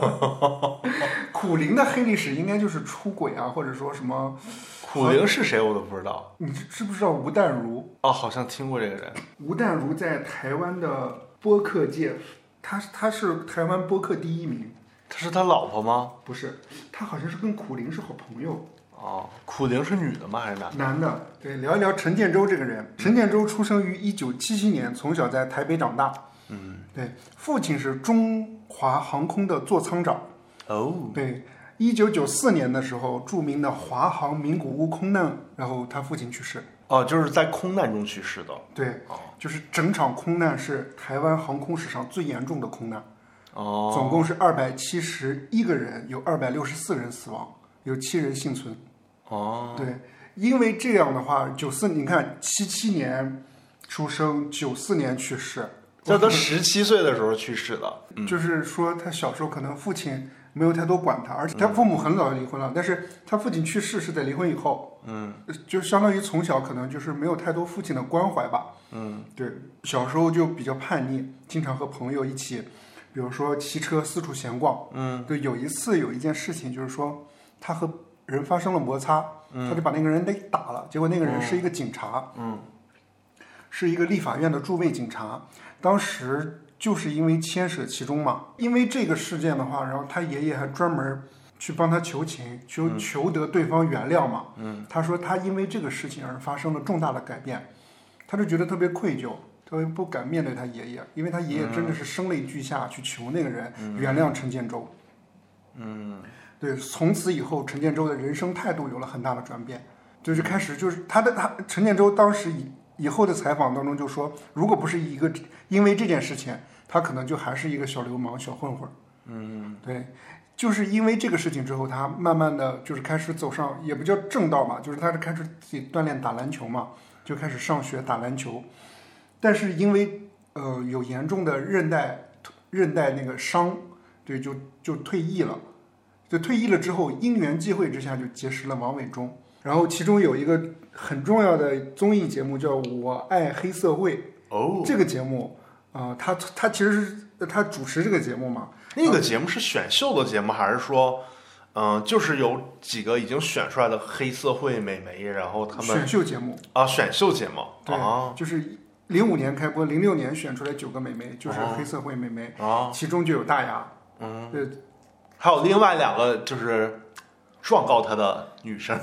苦灵的黑历史应该就是出轨啊，或者说什么，
苦灵是谁我都不知道。
你知不知道吴淡如？
哦，好像听过这个人。
吴淡如在台湾的播客界，她她是台湾播客第一名，
他是他老婆吗？
不是，她好像是跟苦灵是好朋友。
哦，苦灵是女的吗？还是男的？
男的，对，聊一聊陈建州这个人。陈建州出生于一九七七年，从小在台北长大。嗯，对，父亲是中华航空的座舱长。
哦，
对，一九九四年的时候，著名的华航名古屋空难，然后他父亲去世。
哦，就是在空难中去世的。
对，
哦
就是整场空难是台湾航空史上最严重的空难，
哦，
总共是二百七十一个人，有二百六十四人死亡，有七人幸存。
哦，
对，因为这样的话，九四你看七七年出生，九四年去世，
这都十七岁的时候去世的。
就是说他小时候可能父亲没有太多管他，而且他父母很早就离婚了，但是他父亲去世是在离婚以后，嗯，就相当于从小可能就是没有太多父亲的关怀吧，嗯，对，小时候就比较叛逆，经常和朋友一起，比如说骑车四处闲逛，嗯，对，有一次有一件事情就是说他和人发生了摩擦，他就把那个人给打了，结果那个人是一个警察，哦嗯，是一个立法院的驻位警察，当时就是因为牵涉其中嘛。因为这个事件的话，然后他爷爷还专门去帮他求情，求求得对方原谅嘛。嗯，他说他因为这个事情而发生了重大的改变，他就觉得特别愧疚，特别不敢面对他爷爷，因为他爷爷真的是声泪俱下去求那个人
嗯
原谅陈建州。嗯，对，从此以后，陈建州的人生态度有了很大的转变，就是开始就是他的他陈建州当时以以后的采访当中就说，如果不是一个因为这件事情。他可能就还是一个小流氓、小混混。嗯，对，就是因为这个事情之后，他慢慢的就是开始走上，也不叫正道嘛，就是他是开始自己锻炼打篮球嘛，就开始上学打篮球。但是因为呃有严重的韧带韧带那个伤，对，就就退役了。就退役了之后，因缘际会之下就结识了王伟忠。然后其中有一个很重要的综艺节目叫《我爱黑社会》。
哦，
这个节目，啊、他他其实是他主持这个节目嘛，
那个节目是选秀的节目，还是说，嗯、就是有几个已经选出来的黑社会美眉，然后他们
选秀节目，
啊选秀节目
对，
啊
就是零五年开播，零六年选出来九个美眉，就是
哦
黑社会美眉，
啊，
其中就有大牙，嗯，对，
还有另外两个就是状告他的女生。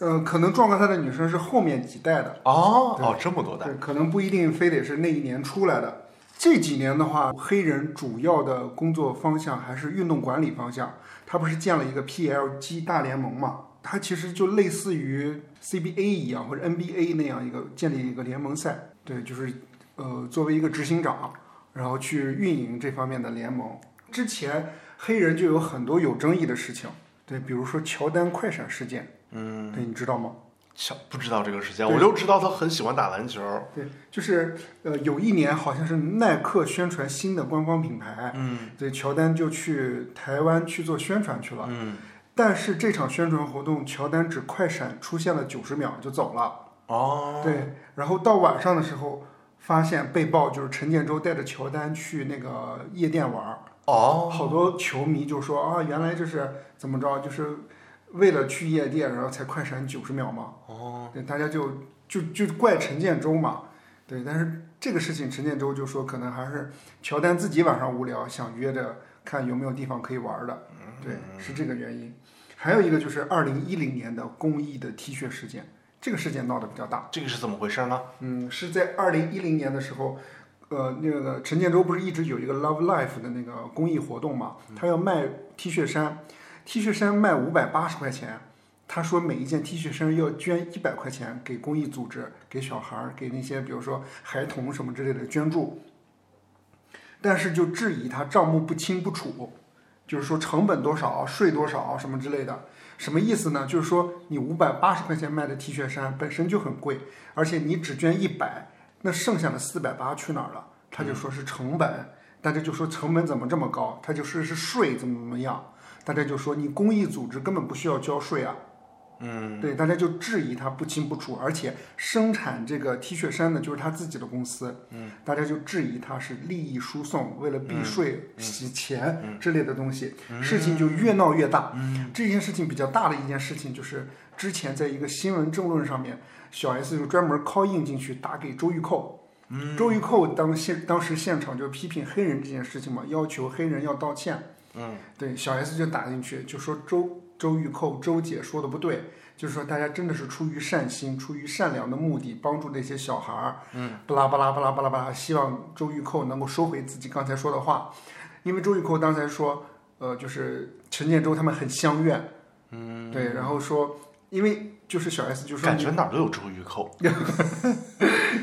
呃，可能撞到他的女生是后面几代的，
哦
对
哦，这么多代
对，可能不一定非得是那一年出来的。这几年的话，黑人主要的工作方向还是运动管理方向。他不是建了一个 PLG 大联盟嘛？它其实就类似于 CBA 一样，或者 NBA 那样一个建立一个联盟赛。对，就是呃，作为一个执行长，然后去运营这方面的联盟。之前黑人就有很多有争议的事情，对，比如说乔丹快闪事件，嗯，对，你知道吗？
小不知道这个事情，
对
我就知道他很喜欢打篮球。
对，就是呃，有一年好像是耐克宣传新的官方品牌，嗯，对，乔丹就去台湾去做宣传去了，嗯，但是这场宣传活动，乔丹只快闪出现了九十秒就走了，
哦，
对，然后到晚上的时候，发现被曝就是陈建州带着乔丹去那个夜店玩儿，
哦，
好多球迷就说啊，原来这是怎么着，就是为了去夜店，然后才快闪九十秒嘛。哦，对，大家就就就怪陈建州嘛。对，但是这个事情，陈建州就说可能还是乔丹自己晚上无聊，想约着看有没有地方可以玩的。对，是这个原因。还有一个就是二零一零年的公益的 T 恤事件，这个事件闹得比较大。
这个是怎么回事呢？
嗯，是在二零一零年的时候，呃，那个陈建州不是一直有一个 Love Life 的那个公益活动嘛？他要卖 T 恤衫，T 恤衫卖五百八十块钱，他说每一件 T 恤衫要捐一百块钱给公益组织、给小孩儿、给那些比如说孩童什么之类的捐助。但是就质疑他账目不清不楚，就是说成本多少、税多少什么之类的，什么意思呢？就是说你五百八十块钱卖的 T 恤衫本身就很贵。而且你只捐一百，那剩下的四百八去哪儿了？他就说是成本，大家就说成本怎么这么高？他就说是税怎么怎么样？大家就说你公益组织根本不需要交税啊。嗯，对，大家就质疑他不清不楚，而且生产这个 T 恤衫的就是他自己的公司，嗯，大家就质疑他是利益输送，为了避税、洗钱之类的东西，事情就越闹越大。嗯，这件事情比较大的一件事情就是之前在一个新闻政论上面。小 S 就专门 call in 进去打给周玉蔻。周玉蔻当现当时现场就批评黑人这件事情嘛，要求黑人要道歉。嗯，对，小 S 就打进去就说周周玉蔻周姐说的不对，就是说大家真的是出于善心，出于善良的目的帮助那些小孩儿。嗯，巴拉巴拉巴拉巴拉巴拉，希望周玉蔻能够收回自己刚才说的话，因为周玉蔻刚才说，呃，就是陈建州他们很相怨。嗯，对，然后说因为就是小 S 就说
感
你
觉哪儿都有周玉蔻。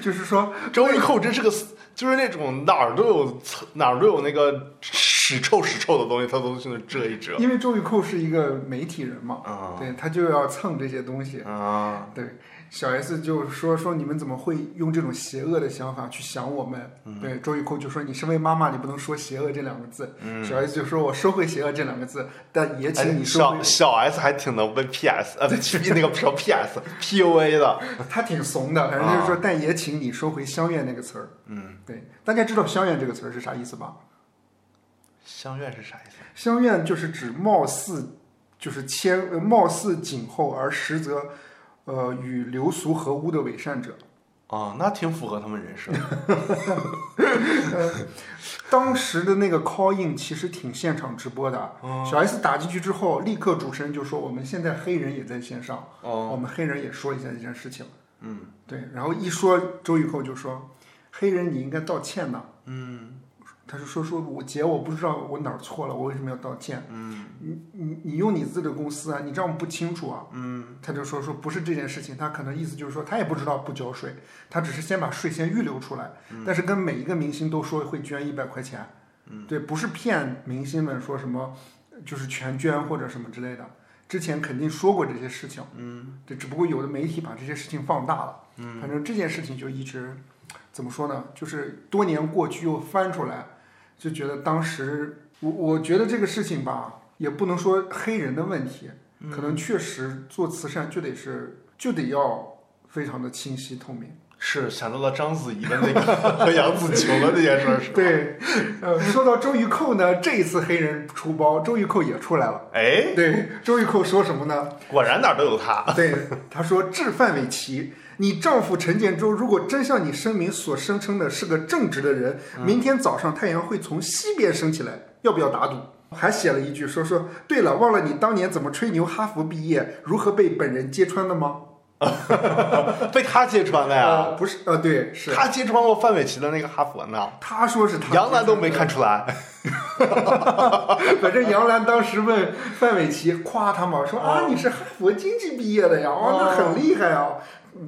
就是说
周玉蔻真是个，就是那种哪儿都有哪儿都有那个屎臭屎臭的东西，他都去那遮一遮。
因为周玉蔻是一个媒体人嘛，
啊
对他就要蹭这些东西。
啊，
对，小 S 就说说你们怎么会用这种邪恶的想法去想我们？
嗯
对，周玉蔻就说你身为妈妈，你不能说邪恶这两个字。小 S 就说我收回邪恶这两个字，但也请你
嗯哎
收回
小。小 S 还挺能问 PS 啊，对， 那个什么 PS PUA 的，
他挺怂的，反正就是说，
啊
但也请你收回香艳那个词儿。嗯，对，大家知道香艳这个词儿是啥意思吧？
香苑是啥意思？
香艳就是指貌似就是谦呃貌似谨厚而实则呃与流俗合污的伪善者。
哦，那挺符合他们人设。
当时的那个 call in 其实挺现场直播的，啊
哦
小 S 打进去之后，立刻主持人就说：“我们现在黑人也在线上，
哦，
我们黑人也说一下这件事情。
嗯”
对，然后一说周玉蔻就说：“黑人你应该道歉呐。
嗯
他就说：“说我姐，我不知道我哪儿错了，我为什么要道歉？
嗯
你你你用你自己的公司啊，你这样不清楚啊。”
嗯
他就说说不是这件事情，他可能意思就是说他也不知道不交税，他只是先把税先预留出来，但是跟每一个明星都说会捐一百块钱，对，不是骗明星们说什么就是全捐或者什么之类的，之前肯定说过这些事情，
嗯
对，只不过有的媒体把这些事情放大了，
嗯
反正这件事情就一直怎么说呢，就是多年过去又翻出来，就觉得当时我我觉得这个事情吧，也不能说黑人的问题，可能确实做慈善就得是就得要非常的清晰透明。
是想到了章子怡的那个和杨紫琼的那件事儿， 是吧？
对，呃，说到周玉蔻呢，这一次黑人出包，周玉蔻也出来了。
哎，
对，周玉蔻说什么呢？
果然哪儿都有他。
对，他说：“致范玮琪，你丈夫陈建州如果真像你声明所声称的是个正直的人，明天早上太阳会从西边升起来，要不要打赌？”还写了一句说说，对了，忘了你当年怎么吹牛哈佛毕业，如何被本人揭穿的吗？
被他揭穿的呀
呃，，不是，呃，对，是
他揭穿过范玮琪的那个哈佛呢，
他说是他，
杨澜都没看出来。
反正杨澜当时问范玮琪，夸他嘛，说
嗯
啊，你是哈佛经济毕业的呀，哦，那很厉害啊。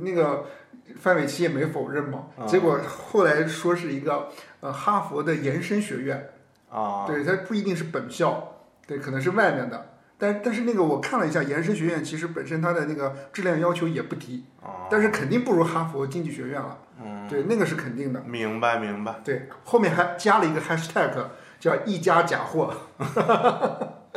那个范玮琪也没否认嘛，
嗯
结果后来说是一个呃哈佛的延伸学院，
啊，
对，它不一定是本校，对，可能是外面的。但但是那个我看了一下，延伸学院其实本身它的那个质量要求也不低，
啊，
但是肯定不如哈佛经济学院了，
嗯，
对，那个是肯定的。
明白明白。
对，后面还加了一个 hashtag 叫“一家假货”。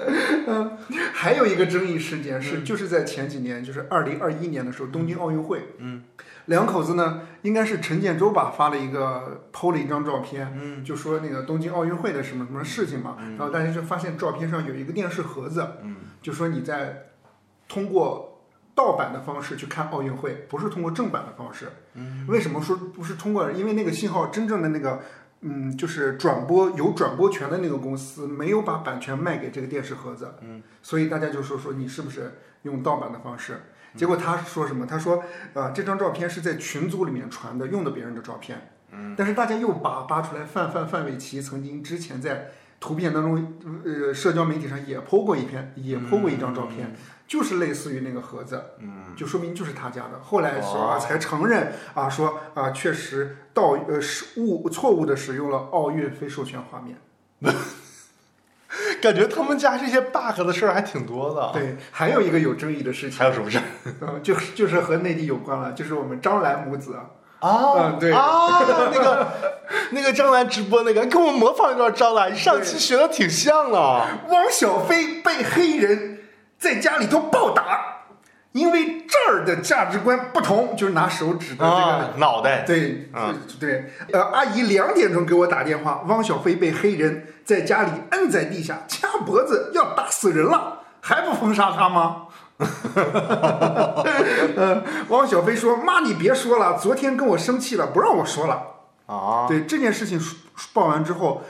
嗯，还有一个争议事件是，
嗯
就是在前几年，就是二零二一年的时候，东京奥运会，
嗯，
两口子呢，应该是陈建州吧，发了一个 PO 了一张照片，
嗯
就说那个东京奥运会的什么什么事情嘛，然后大家就发现照片上有一个电视盒子，
嗯
就说你在通过盗版的方式去看奥运会，不是通过正版的方式。
嗯，
为什么说不是通过？因为那个信号真正的那个，嗯，就是转播有转播权的那个公司没有把版权卖给这个电视盒子。
嗯，
所以大家就说说你是不是用盗版的方式？
嗯
结果他说什么？他说，呃，这张照片是在群组里面传的，用的别人的照片。嗯，但是大家又扒扒出来范范范玮琪曾经之前在图片当中，呃，社交媒体上也 PO 过一篇，也 PO 过一张照片，就是类似于那个盒子，
嗯，
就说明就是他家的。后来说啊，
哦
才承认啊，说啊，确实盗呃是误错误的使用了奥运非授权画面。
感觉他们家这些 bug 的事儿还挺多的。
对，还有一个有争议的事情，
啊还有什么事儿
呃，就是就是和内地有关了，就是我们张兰母子啊，
啊
嗯对
啊，那个 那个张兰直播那个，给我模仿一段张兰，上期学的挺像了。
汪小菲被黑人在家里头暴打，因为这儿的价值观不同，就是拿手指的这个。
啊，脑袋，
对，
嗯
对对，呃，阿姨两点钟给我打电话，汪小菲被黑人在家里摁在地下掐脖子，要打死人了，还不封杀他吗？呃，汪小菲说：“妈，你别说了，昨天跟我生气了，不让我说了。”
啊，
对这件事情说报完之后，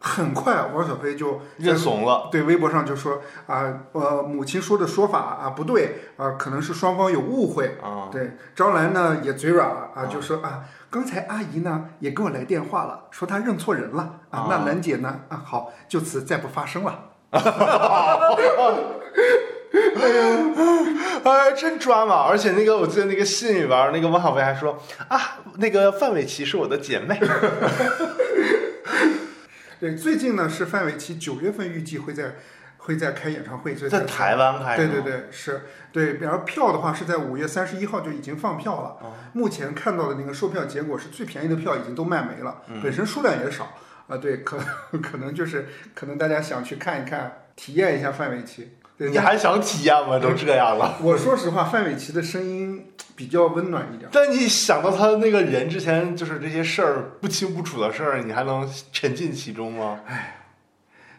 很快王小飞就
认怂了。
对微博上就说啊，呃，母亲说的说法啊不对啊，可能是双方有误会。
啊，
对，张兰呢也嘴软了啊，就说啊，刚才阿姨呢也给我来电话了，说她认错人了啊
啊。
那兰姐呢啊，好，就此再不发生了。
哎，真抓马！而且那个，我记得那个信里边，那个汪小菲还说啊，那个范玮琪是我的姐妹。
对，最近呢是范玮琪九月份预计会在会在开演唱会，所以
在
才
台湾拍的
对
吗，
对对，是对。然后票的话是在五月三十一号就已经放票了。
哦
目前看到的那个售票结果是最便宜的票已经都卖没了，
嗯
本身数量也少啊、对，可可能就是可能大家想去看一看，体验一下范玮琪。对，
你还想体验吗？都这样了。
我说实话，范玮琪的声音比较温暖一点。
但你想到他那个人之前就是这些事儿不清不楚的事儿，你还能沉浸其中吗？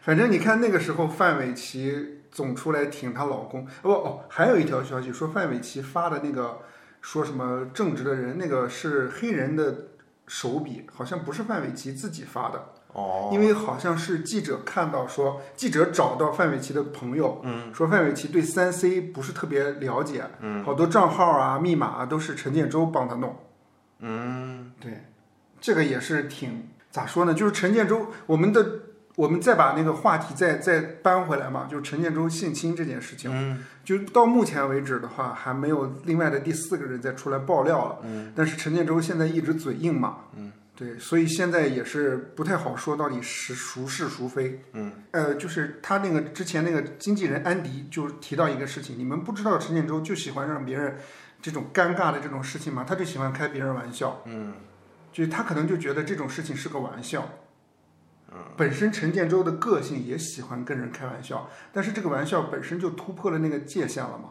反正你看那个时候，范玮琪总出来挺她老公。哦哦，还有一条消息说范玮琪发的那个说什么正直的人，那个是黑人的手笔，好像不是范玮琪自己发的，
哦，
因为好像是记者看到说记者找到范玮琪的朋友，
嗯
说范玮琪对三 C 不是特别了解，
嗯
好多账号啊、密码啊都是陈建州帮他弄。
嗯，
对，这个也是挺咋说呢？就是陈建州，我们的我们再把那个话题再再搬回来嘛，就是陈建州性侵这件事情，
嗯
就到目前为止的话，还没有另外的第四个人再出来爆料了。
嗯，
但是陈建州现在一直嘴硬嘛，
嗯，
对，所以现在也是不太好说到底是孰是孰非。
嗯，
呃，就是他那个之前那个经纪人安迪就提到一个事情，你们不知道陈建州就喜欢让别人这种尴尬的这种事情嘛，他就喜欢开别人玩笑。
嗯，
就是他可能就觉得这种事情是个玩笑。
嗯
本身陈建州的个性也喜欢跟人开玩笑，但是这个玩笑本身就突破了那个界限了嘛，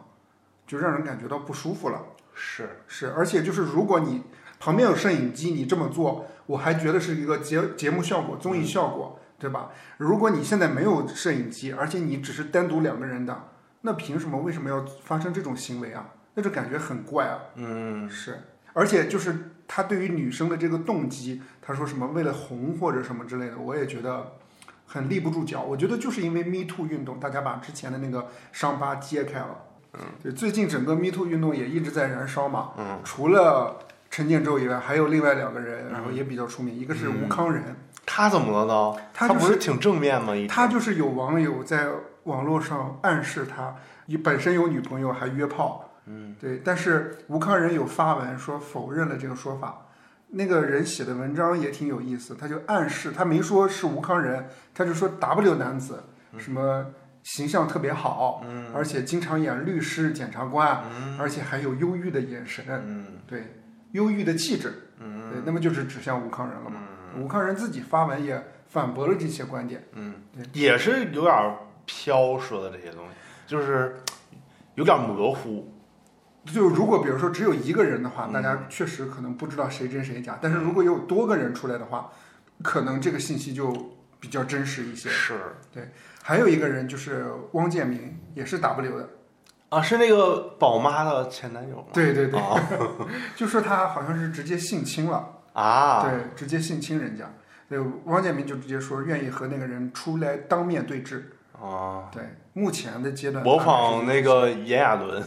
就让人感觉到不舒服了。
是，
是，而且就是如果你旁边有摄影机，你这么做，我还觉得是一个节节目效果、综艺效果，对吧？如果你现在没有摄影机，而且你只是单独两个人的，那凭什么为什么要发生这种行为啊？那就感觉很怪啊。
嗯
是，而且就是他对于女生的这个动机，他说什么为了红或者什么之类的，我也觉得很立不住脚。我觉得就是因为 Me Too 运动，大家把之前的那个伤疤揭开了。嗯，对，最近整个 Me Too 运动也一直在燃烧嘛。
嗯，
除了陈建州以外，还有另外两个人，
嗯
然后也比较出名，一个是吴康仁，
他怎么了呢？
他
他
就是
不是挺正面吗？一直
他就是有网友在网络上暗示他，也本身有女朋友还约炮，嗯，对。但是吴康仁有发文说否认了这个说法。那个人写的文章也挺有意思，他就暗示他没说是吴康仁，他就说 W 男子什么形象特别好，嗯，而且经常演律师、检察官，嗯，而且还有忧郁的眼神，
嗯
对，忧郁的气质，
嗯
对，那么就是指向吴康仁了嘛。吴康仁自己发文也反驳了这些观点。
嗯
对，
也是有点儿飘说的这些东西，就是有点儿模糊。
就是如果比如说只有一个人的话，
嗯
大家确实可能不知道谁真谁假。但是如果有多个人出来的话，可能这个信息就比较真实一些。
是
还有一个人就是汪建民，也是 W 的，
啊，是那个宝妈的前男友吗？
对对对，
啊
就说他好像是直接性侵了，
啊，
对，直接性侵人家。对，汪建民就直接说愿意和那个人出来当面对质。
啊，
对，目前的阶段
模
大概是
仿那个炎亚纶。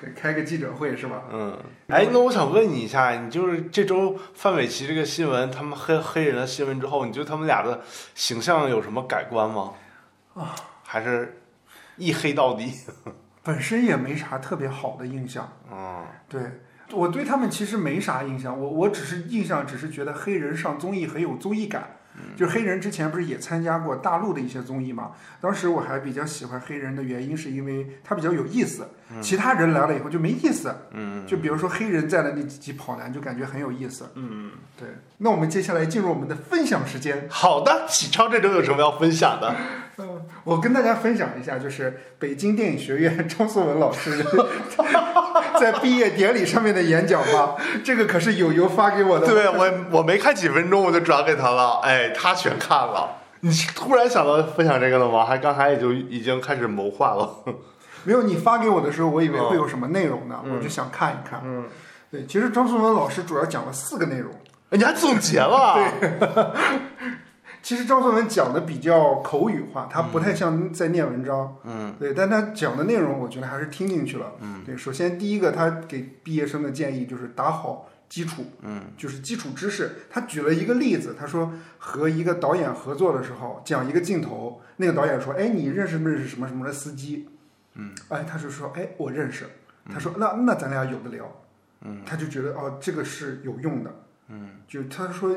对开个记者会是吧？
嗯，哎，那我想问你一下，你就是这周范玮琪这个新闻，他们黑黑人的新闻之后，你对他们俩的形象有什么改观吗？啊，还是一黑到底？
本身也没啥特别好的印象。
嗯
对，我对他们其实没啥印象，我我只是印象只是觉得黑人上综艺很有综艺感，
嗯
就是黑人之前不是也参加过大陆的一些综艺嘛，当时我还比较喜欢黑人的原因是因为他比较有意思，其他人来了以后就没意思，
嗯
就比如说黑人在的那几集跑男就感觉很有意思。
嗯，
对，那我们接下来进入我们的分享时间，
好的，启超这周有什么要分享的？
嗯，我跟大家分享一下，就是北京电影学院 张颂文老师在毕业典礼上面的演讲吧，这个可是友友发给我的。
对我我没看几分钟我就转给他了，哎，他全看了。你是突然想到分享这个了吗？还刚才也就已经开始谋划了。
没有，你发给我的时候，我以为会有什么内容呢，我就想看一看。
嗯，
对，其实张颂文老师主要讲了四个内容。
哎你还总结了？对，
其实张颂文讲的比较口语化，他不太像在念文章。
嗯，
对，但他讲的内容，我觉得还是听进去了。嗯，对，首先第一个，他给毕业生的建议就是打好基础，
嗯，
就是基础知识。他举了一个例子，他说和一个导演合作的时候，讲一个镜头，那个导演说：“哎，你认识不认识什么什么的司机？”嗯，哎，他就说，哎，我认识，他说那那咱俩有的聊，嗯，他就觉得哦，这个是有用的，嗯，就他说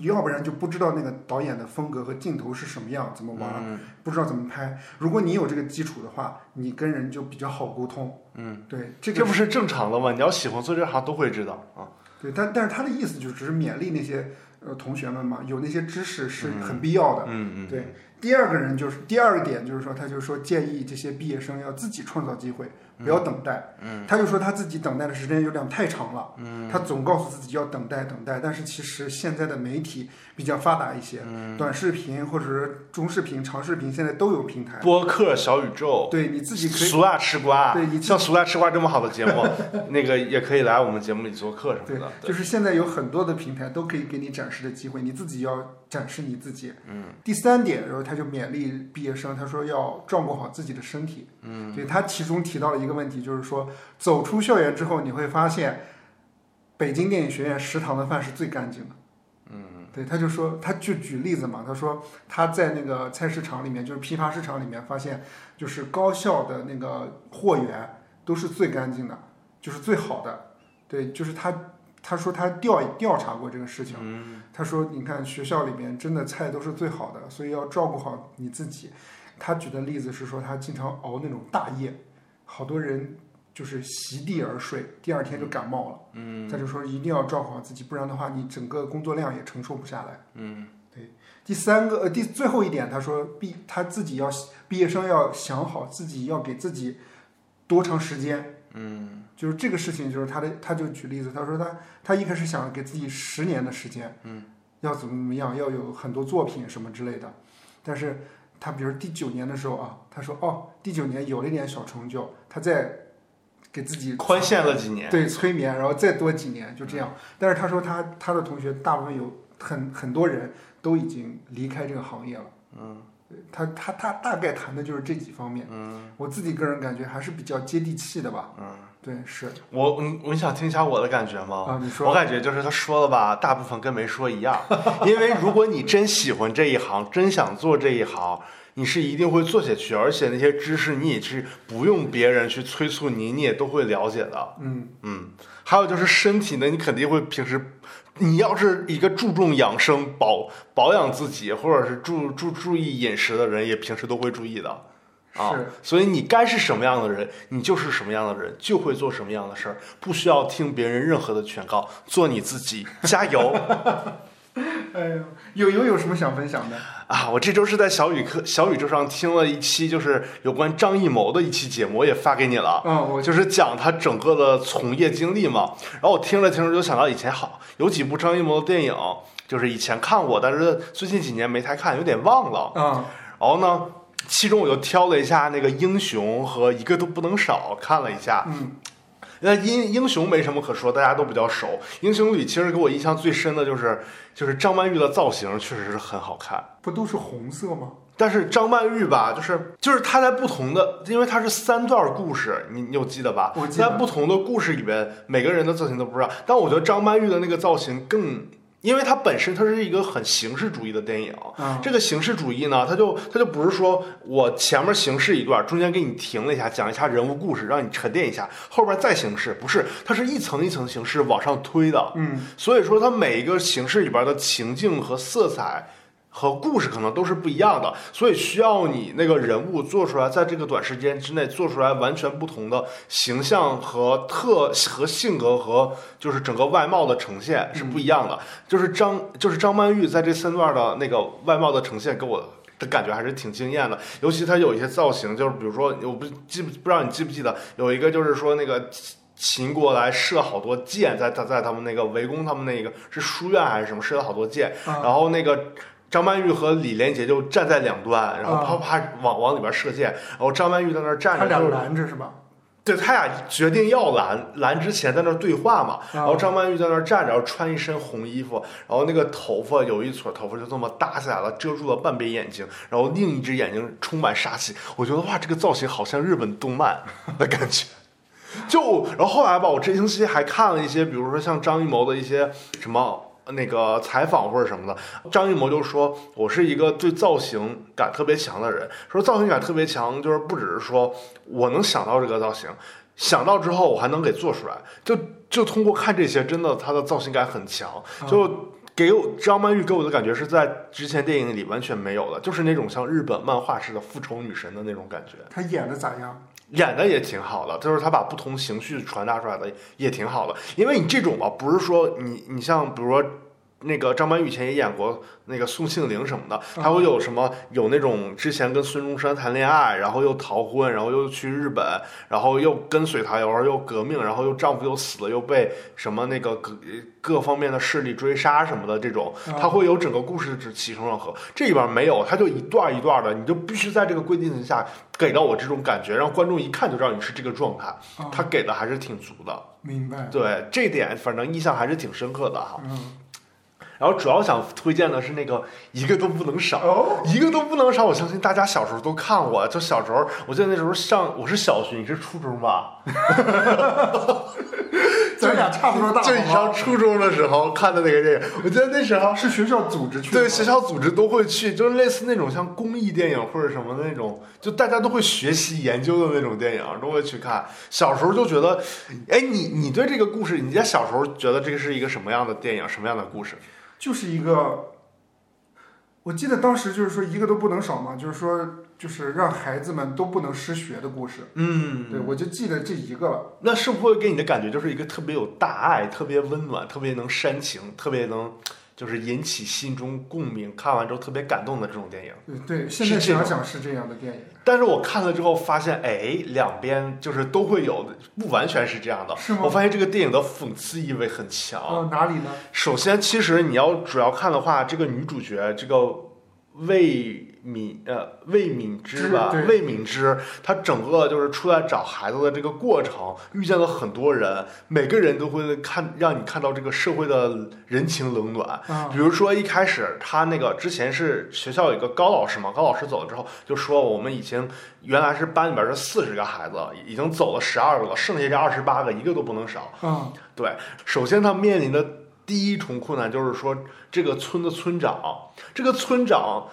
要不然就不知道那个导演的风格和镜头是什么样，怎么玩，不知道怎么拍。如果你有这个基础的话，你跟人就比较好沟通，嗯，对，这个
这不是正常的吗？你要喜欢做这行都会知道啊。
对，但但是他的意思就只是勉励那些呃同学们嘛，有那些知识是很必要的。
嗯嗯，
对，第二个人就是第二个点就是说，他就说建议这些毕业生要自己创造机会，不要等待。嗯，他就说他自己等待的时间有点太长了。嗯，他总告诉自己要等待等待，但是其实现在的媒体比较发达一些，短视频或者是中视频、长视频现在都有平台。
播客小宇宙，
对，你自己可以
俗辣吃瓜，
对你
像俗辣吃瓜这么好的节目， 那个也可以来我们节目里做客什
对
么的，。对
就是现在有很多的平台都可以给你展示的机会，你自己要展示你自己。嗯。第三点，然后他就勉励毕业生，他说要照顾好自己的身体。嗯。对他其中提到了一个问题，就是说走出校园之后，你会发现北京电影学院食堂的饭是最干净的。嗯。对，他就说，他就举例子嘛，他说他在那个菜市场里面，就是批发市场里面发现，就是高校的那个货源都是最干净的，就是最好的。对，就是他他说他调调查过这个事情，他说你看学校里面真的菜都是最好的，所以要照顾好你自己。他举的例子是说他经常熬那种大夜，好多人就是席地而睡，第二天就感冒了。嗯，他就说一定要照顾好自己，不然的话你整个工作量也承受不下来。嗯，对。第三个呃第最后一点，他说毕他自己要毕业生要想好自己要给自己多长时间。就是这个事情，就是他的，他就举例子，他说他他一开始想给自己十年的时间，嗯，要怎么怎么样，要有很多作品什么之类的，但是他比如第九年的时候啊，他说哦，第九年有了一点小成就，他再给自己
宽限了几年，嗯
对催眠，然后再多几年就这样，但是他说他他的同学大部分有很很多人都已经离开这个行业了，嗯，他他他大概谈的就是这几方面，嗯，我自己个人感觉还是比较接地气的吧，嗯，对是。
我你你想听一下我的感觉吗？
啊，你说
我感觉就是他说了吧，大部分跟没说 一样。因为如果你真喜欢这一行，真想做这一行，你是一定会做下去，而且那些知识你也是不用别人去催促你，你也都会了解的。
嗯，
嗯，还有就是身体呢，你肯定会平时，你要是一个注重养生、保保养自己，或者是注注注意饮食的人，也平时都会注意的。啊
是，
所以你该是什么样的人，你就是什么样的人，就会做什么样的事儿，不需要听别人任何的劝告，做你自己，加油
哎呦，有有有什么想分享的？
啊！我这周是在小宇课、小宇宙上听了一期，就是有关张艺谋的一期节目，我也发给你了。
嗯，我
就是讲他整个的从业经历嘛。然后我听着听着就想到以前好有几部张艺谋的电影，就是以前看过，但是最近几年没太看，有点忘了。
啊，
然后呢，其中我就挑了一下那个《英雄》和《一个都不能少》，看了一下。
嗯
那英英雄没什么可说，大家都比较熟。英雄里其实给我印象最深的就是，就是张曼玉的造型确实是很好看。
不都是红色吗？
但是张曼玉吧，就是就是她在不同的，因为她是三段故事，你你有记得吧？
我记得
在不同的故事里边，每个人的造型都不一样。但我觉得张曼玉的那个造型更，因为它本身它是一个很形式主义的电影。
啊，
这个形式主义呢，它就它就不是说我前面形式一段，中间给你停了一下，讲一下人物故事，让你沉淀一下，后边再形式，不是，它是一层一层形式往上推的。
嗯，
所以说，它每一个形式里边的情境和色彩和故事可能都是不一样的，所以需要你那个人物做出来，在这个短时间之内做出来完全不同的形象和特和性格和就是整个外貌的呈现是不一样的。就是张就是张曼玉在这三段的那个外貌的呈现给我。的感觉还是挺惊艳的，尤其她有一些造型，就是比如说，我不记不不知道你记不记得，有一个就是说那个秦国来射好多箭，在在在他们那个围攻他们那个是书院还是什么，射了好多箭，
啊，
然后那个张曼玉和李连杰就站在两端，然后啪啪往往里边射箭，然后张曼玉在那儿站
他
着，
俩
就是
拦着是吧？
对他俩决定要拦拦之前在那儿对话嘛，然后张曼玉在那儿站着，然后穿一身红衣服，然后那个头发有一撮头发就这么搭起来了，遮住了半边眼睛，然后另一只眼睛充满杀气。我觉得哇，这个造型好像日本动漫的感觉。 就然后后来吧，我这星期还看了一些，比如说像张艺谋的一些什么那个采访或者什么的，张艺谋就说我是一个对造型感特别强的人，说造型感特别强，就是不只是说我能想到这个造型，想到之后我还能给做出来，就就通过看这些，真的他的造型感很强，就。给我张曼玉给我的感觉是在之前电影里完全没有的，就是那种像日本漫画式的复仇女神的那种感觉。
他演的咋样？
演的也挺好的，就是他把不同情绪传达出来的也挺好的。因为你这种吧，不是说你你像比如说那个张曼玉以前也演过那个宋庆龄什么的，她会有什么有那种之前跟孙中山谈恋爱，然后又逃婚，然后又去日本，然后又跟随他，然后又革命，然后又丈夫又死了，又被什么那个各各方面的势力追杀什么的这种，
啊
他会有整个故事起承转合。这里边没有，他就一段一段的，你就必须在这个规定下给到我这种感觉，让观众一看就知道你是这个状态。
啊嗯
他给的还是挺足的，
明白。
对这点反正印象还是挺深刻的哈。
嗯，
然后主要想推荐的是那个一个都不能少，
哦，
一个都不能少。我相信大家小时候都看过，就小时候，我记得那时候上我是小学，你是初中吧？
咱俩差不多大，
就你
好
上
吗
初中的时候看的那个电影，我记得那时候
是学校组织去的吗，
对学校组织都会去，就是类似那种像公益电影或者什么那种，就大家都会学习研究的那种电影，都会去看。小时候就觉得，哎，你你对这个故事，你在小时候觉得这个是一个什么样的电影，什么样的故事？
就是一个，我记得当时就是说一个都不能少嘛，就是说就是让孩子们都不能失学的故事。
嗯
对，我就记得这一个了。
那是不是给你的感觉就是一个特别有大爱、特别温暖、特别能煽情、特别能就是引起心中共鸣，看完之后特别感动的这种电影？
对对，
是
现在
这种
想想是这样的电影，
但是我看了之后发现，哎，两边就是都会有的，不完全是这样的。
是吗
我发现这个电影的讽刺意味很强。
呃，哪里呢？
首先，其实你要主要看的话，这个女主角这个魏敏呃魏敏芝吧
芝，对
魏敏芝，她整个就是出来找孩子的这个过程，遇见了很多人，每个人都会看让你看到这个社会的人情冷暖。
啊
比如说一开始他那个之前是学校有一个高老师嘛，高老师走了之后就说我们已经原来是班里边是四十个孩子，已经走了十二个了，剩下这二十八个一个都不能少。
啊
对，首先他面临的第一重困难就是说，这个村的村长，这个村长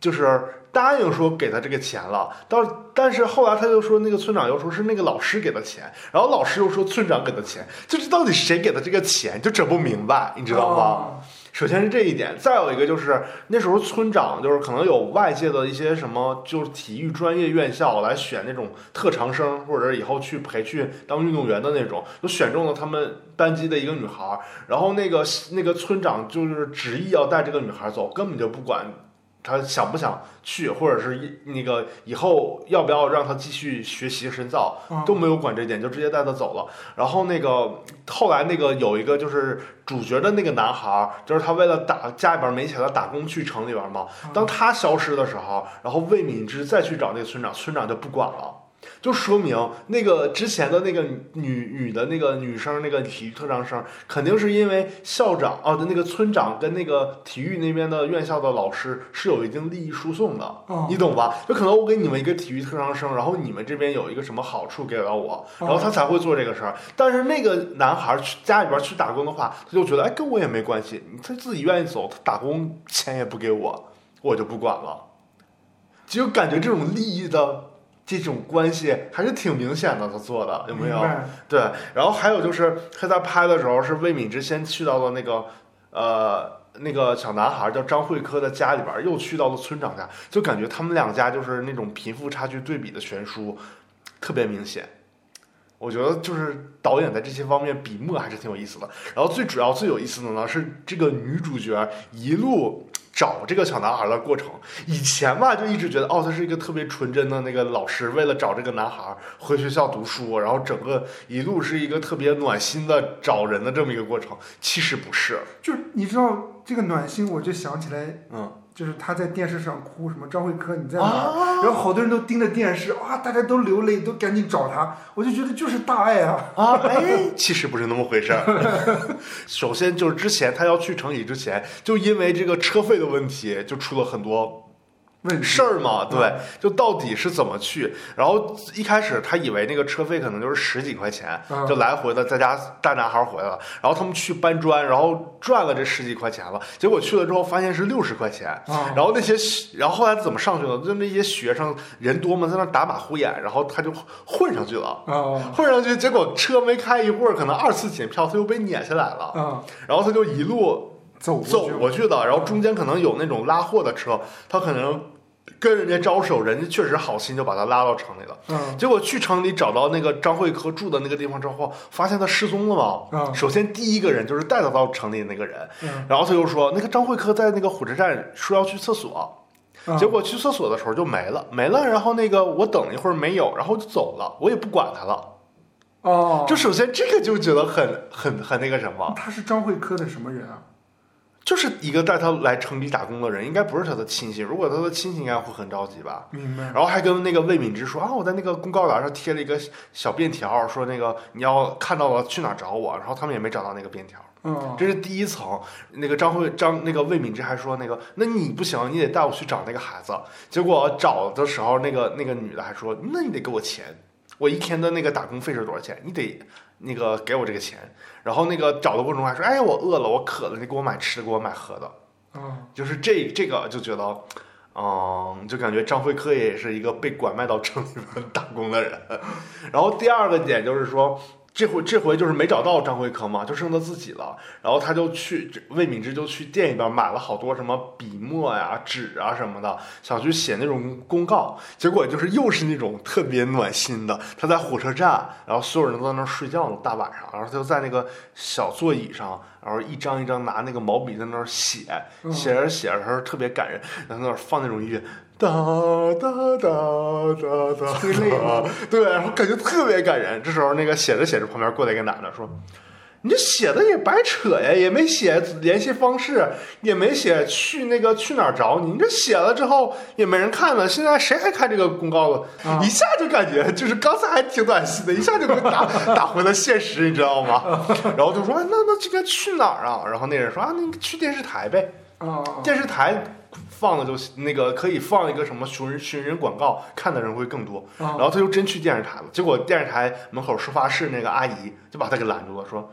就是答应说给他这个钱了，到但是后来他又说那个村长又说是那个老师给的钱，然后老师又说村长给的钱，就是到底谁给的这个钱就整不明白，你知道吗？
啊
首先是这一点，再有一个就是那时候村长就是可能有外界的一些什么，就是体育专业院校来选那种特长生，或者是以后去培训当运动员的那种，就选中了他们班级的一个女孩儿。然后那个那个村长就是执意要带这个女孩走，根本就不管她想不想去，或者是一那个以后要不要让她继续学习深造。
啊
都没有管这点，就直接带他走了。然后那个后来那个有一个就是主角的那个男孩儿，就是他为了打家里边没钱了打工去城里边嘛。
啊嗯
当他消失的时候，然后魏敏芝再去找那个村长，村长就不管了。就说明那个之前的那个女女的那个女生那个体育特长生，肯定是因为校长哦的那个村长跟那个体育那边的院校的老师是有一定利益输送的，
啊
你懂吧？就可能我给你们一个体育特长生，然后你们这边有一个什么好处给到
哦啊
我，然后他才会做这个事儿。但是那个男孩去家里边去打工的话，他就觉得哎跟我也没关系，他自己愿意走，他打工钱也不给我，我就不管了。就感觉这种利益的这种关系还是挺明显的，他做的有没有？
明白
对，然后还有就是他在拍的时候是魏敏之先去到了那个呃那个小男孩叫张慧科的家里边儿，又去到了村长家，就感觉他们两家就是那种贫富差距对比的悬殊，特别明显。我觉得就是导演在这些方面笔墨还是挺有意思的。然后最主要最有意思的呢是这个女主角一路找这个小男孩的过程。以前吧就一直觉得哦，她是一个特别纯真的那个老师，为了找这个男孩回学校读书，然后整个一路是一个特别暖心的找人的这么一个过程。其实不是，
就是你知道这个暖心，我就想起来，
嗯，
就是他在电视上哭什么张慧科你在哪儿？
啊
然后好多人都盯着电视，哇，大家都流泪，都赶紧找他。我就觉得就是大爱啊，
啊，哎， 其实不是那么回事儿。 首先就是之前他要去城里之前，就因为这个车费的问题，就出了很多
问题
事儿嘛，对，就到底是怎么去？然后一开始他以为那个车费可能就是十几块钱，
嗯
就来回的，在家大男孩回来了。然后他们去搬砖，然后赚了这十几块钱了。结果去了之后发现是六十块钱。
啊，
然后那些，然后后来怎么上去呢？就那些学生人多嘛，在那打马虎眼，然后他就混上去了，
啊
混上去，结果车没开一会儿，可能二次检票他又被撵下来了，
啊，
然后他就一路
走过去
走过去的，然后中间可能有那种拉货的车，他可能跟人家招手，人家确实好心就把他拉到城里了。
嗯
结果去城里找到那个张慧科住的那个地方之后，发现他失踪了嘛。
嗯
首先第一个人就是带他到城里的那个人，
嗯
然后他就说那个张慧科在那个火车站说要去厕所，
嗯，
结果去厕所的时候就没了，没了。然后那个我等了一会儿没有，然后就走了，我也不管他了。
哦，
就首先这个就觉得很很很那个什么，
他是张慧科的什么人啊？
就是一个带他来城里打工的人，应该不是他的亲戚。如果他的亲戚，应该会很着急吧。
明白
然后还跟那个魏敏之说啊，我在那个公告栏上贴了一个小便条，说那个你要看到了去哪儿找我。然后他们也没找到那个便条，
嗯
这是第一层。那个张慧张那个魏敏之还说那个，那你不行，你得带我去找那个孩子。结果找的时候，那个那个女的还说，那你得给我钱，我一天的那个打工费是多少钱？你得那个给我这个钱。然后那个找的过程中还说，哎，我饿了，我渴了，你给我买吃的，给我买喝的。
啊，
就是这这个就觉得，嗯，就感觉张辉科也是一个被拐卖到城里面 打工的人。然后第二个点就是说，这回这回就是没找到张辉科嘛，就剩他自己了。然后他就去魏敏之就去店里边买了好多什么笔墨呀、纸啊什么的，想去写那种公告。结果就是又是那种特别暖心的，他在火车站，然后所有人都在那儿睡觉呢，大晚上，然后他就在那个小座椅上，然后一张一张拿那个毛笔在那儿写。
嗯
写着写着的时候特别感人，然后那儿放那种音乐，哒哒哒哒哒
催泪吗
哒，对，然后感觉特别感人。这时候那个写着写着，旁边过来一个男的说：“你这写的也白扯呀，也没写联系方式，也没写去那个去哪儿找你，你这写了之后也没人看了，现在谁还看这个公告了？”
啊
一下就感觉就是刚才还挺暖心的，一下就给我打打回了现实，你知 道吗？然后就说：“哎那那这个去哪儿啊？”然后那人说：“啊，那你去电视台呗。”
啊
电视台放的就那个可以放一个什么寻人寻人广告，看的人会更多。然
啊
后他就真去电视台了，结果电视台门口收发室那个阿姨就把他给拦住了，说。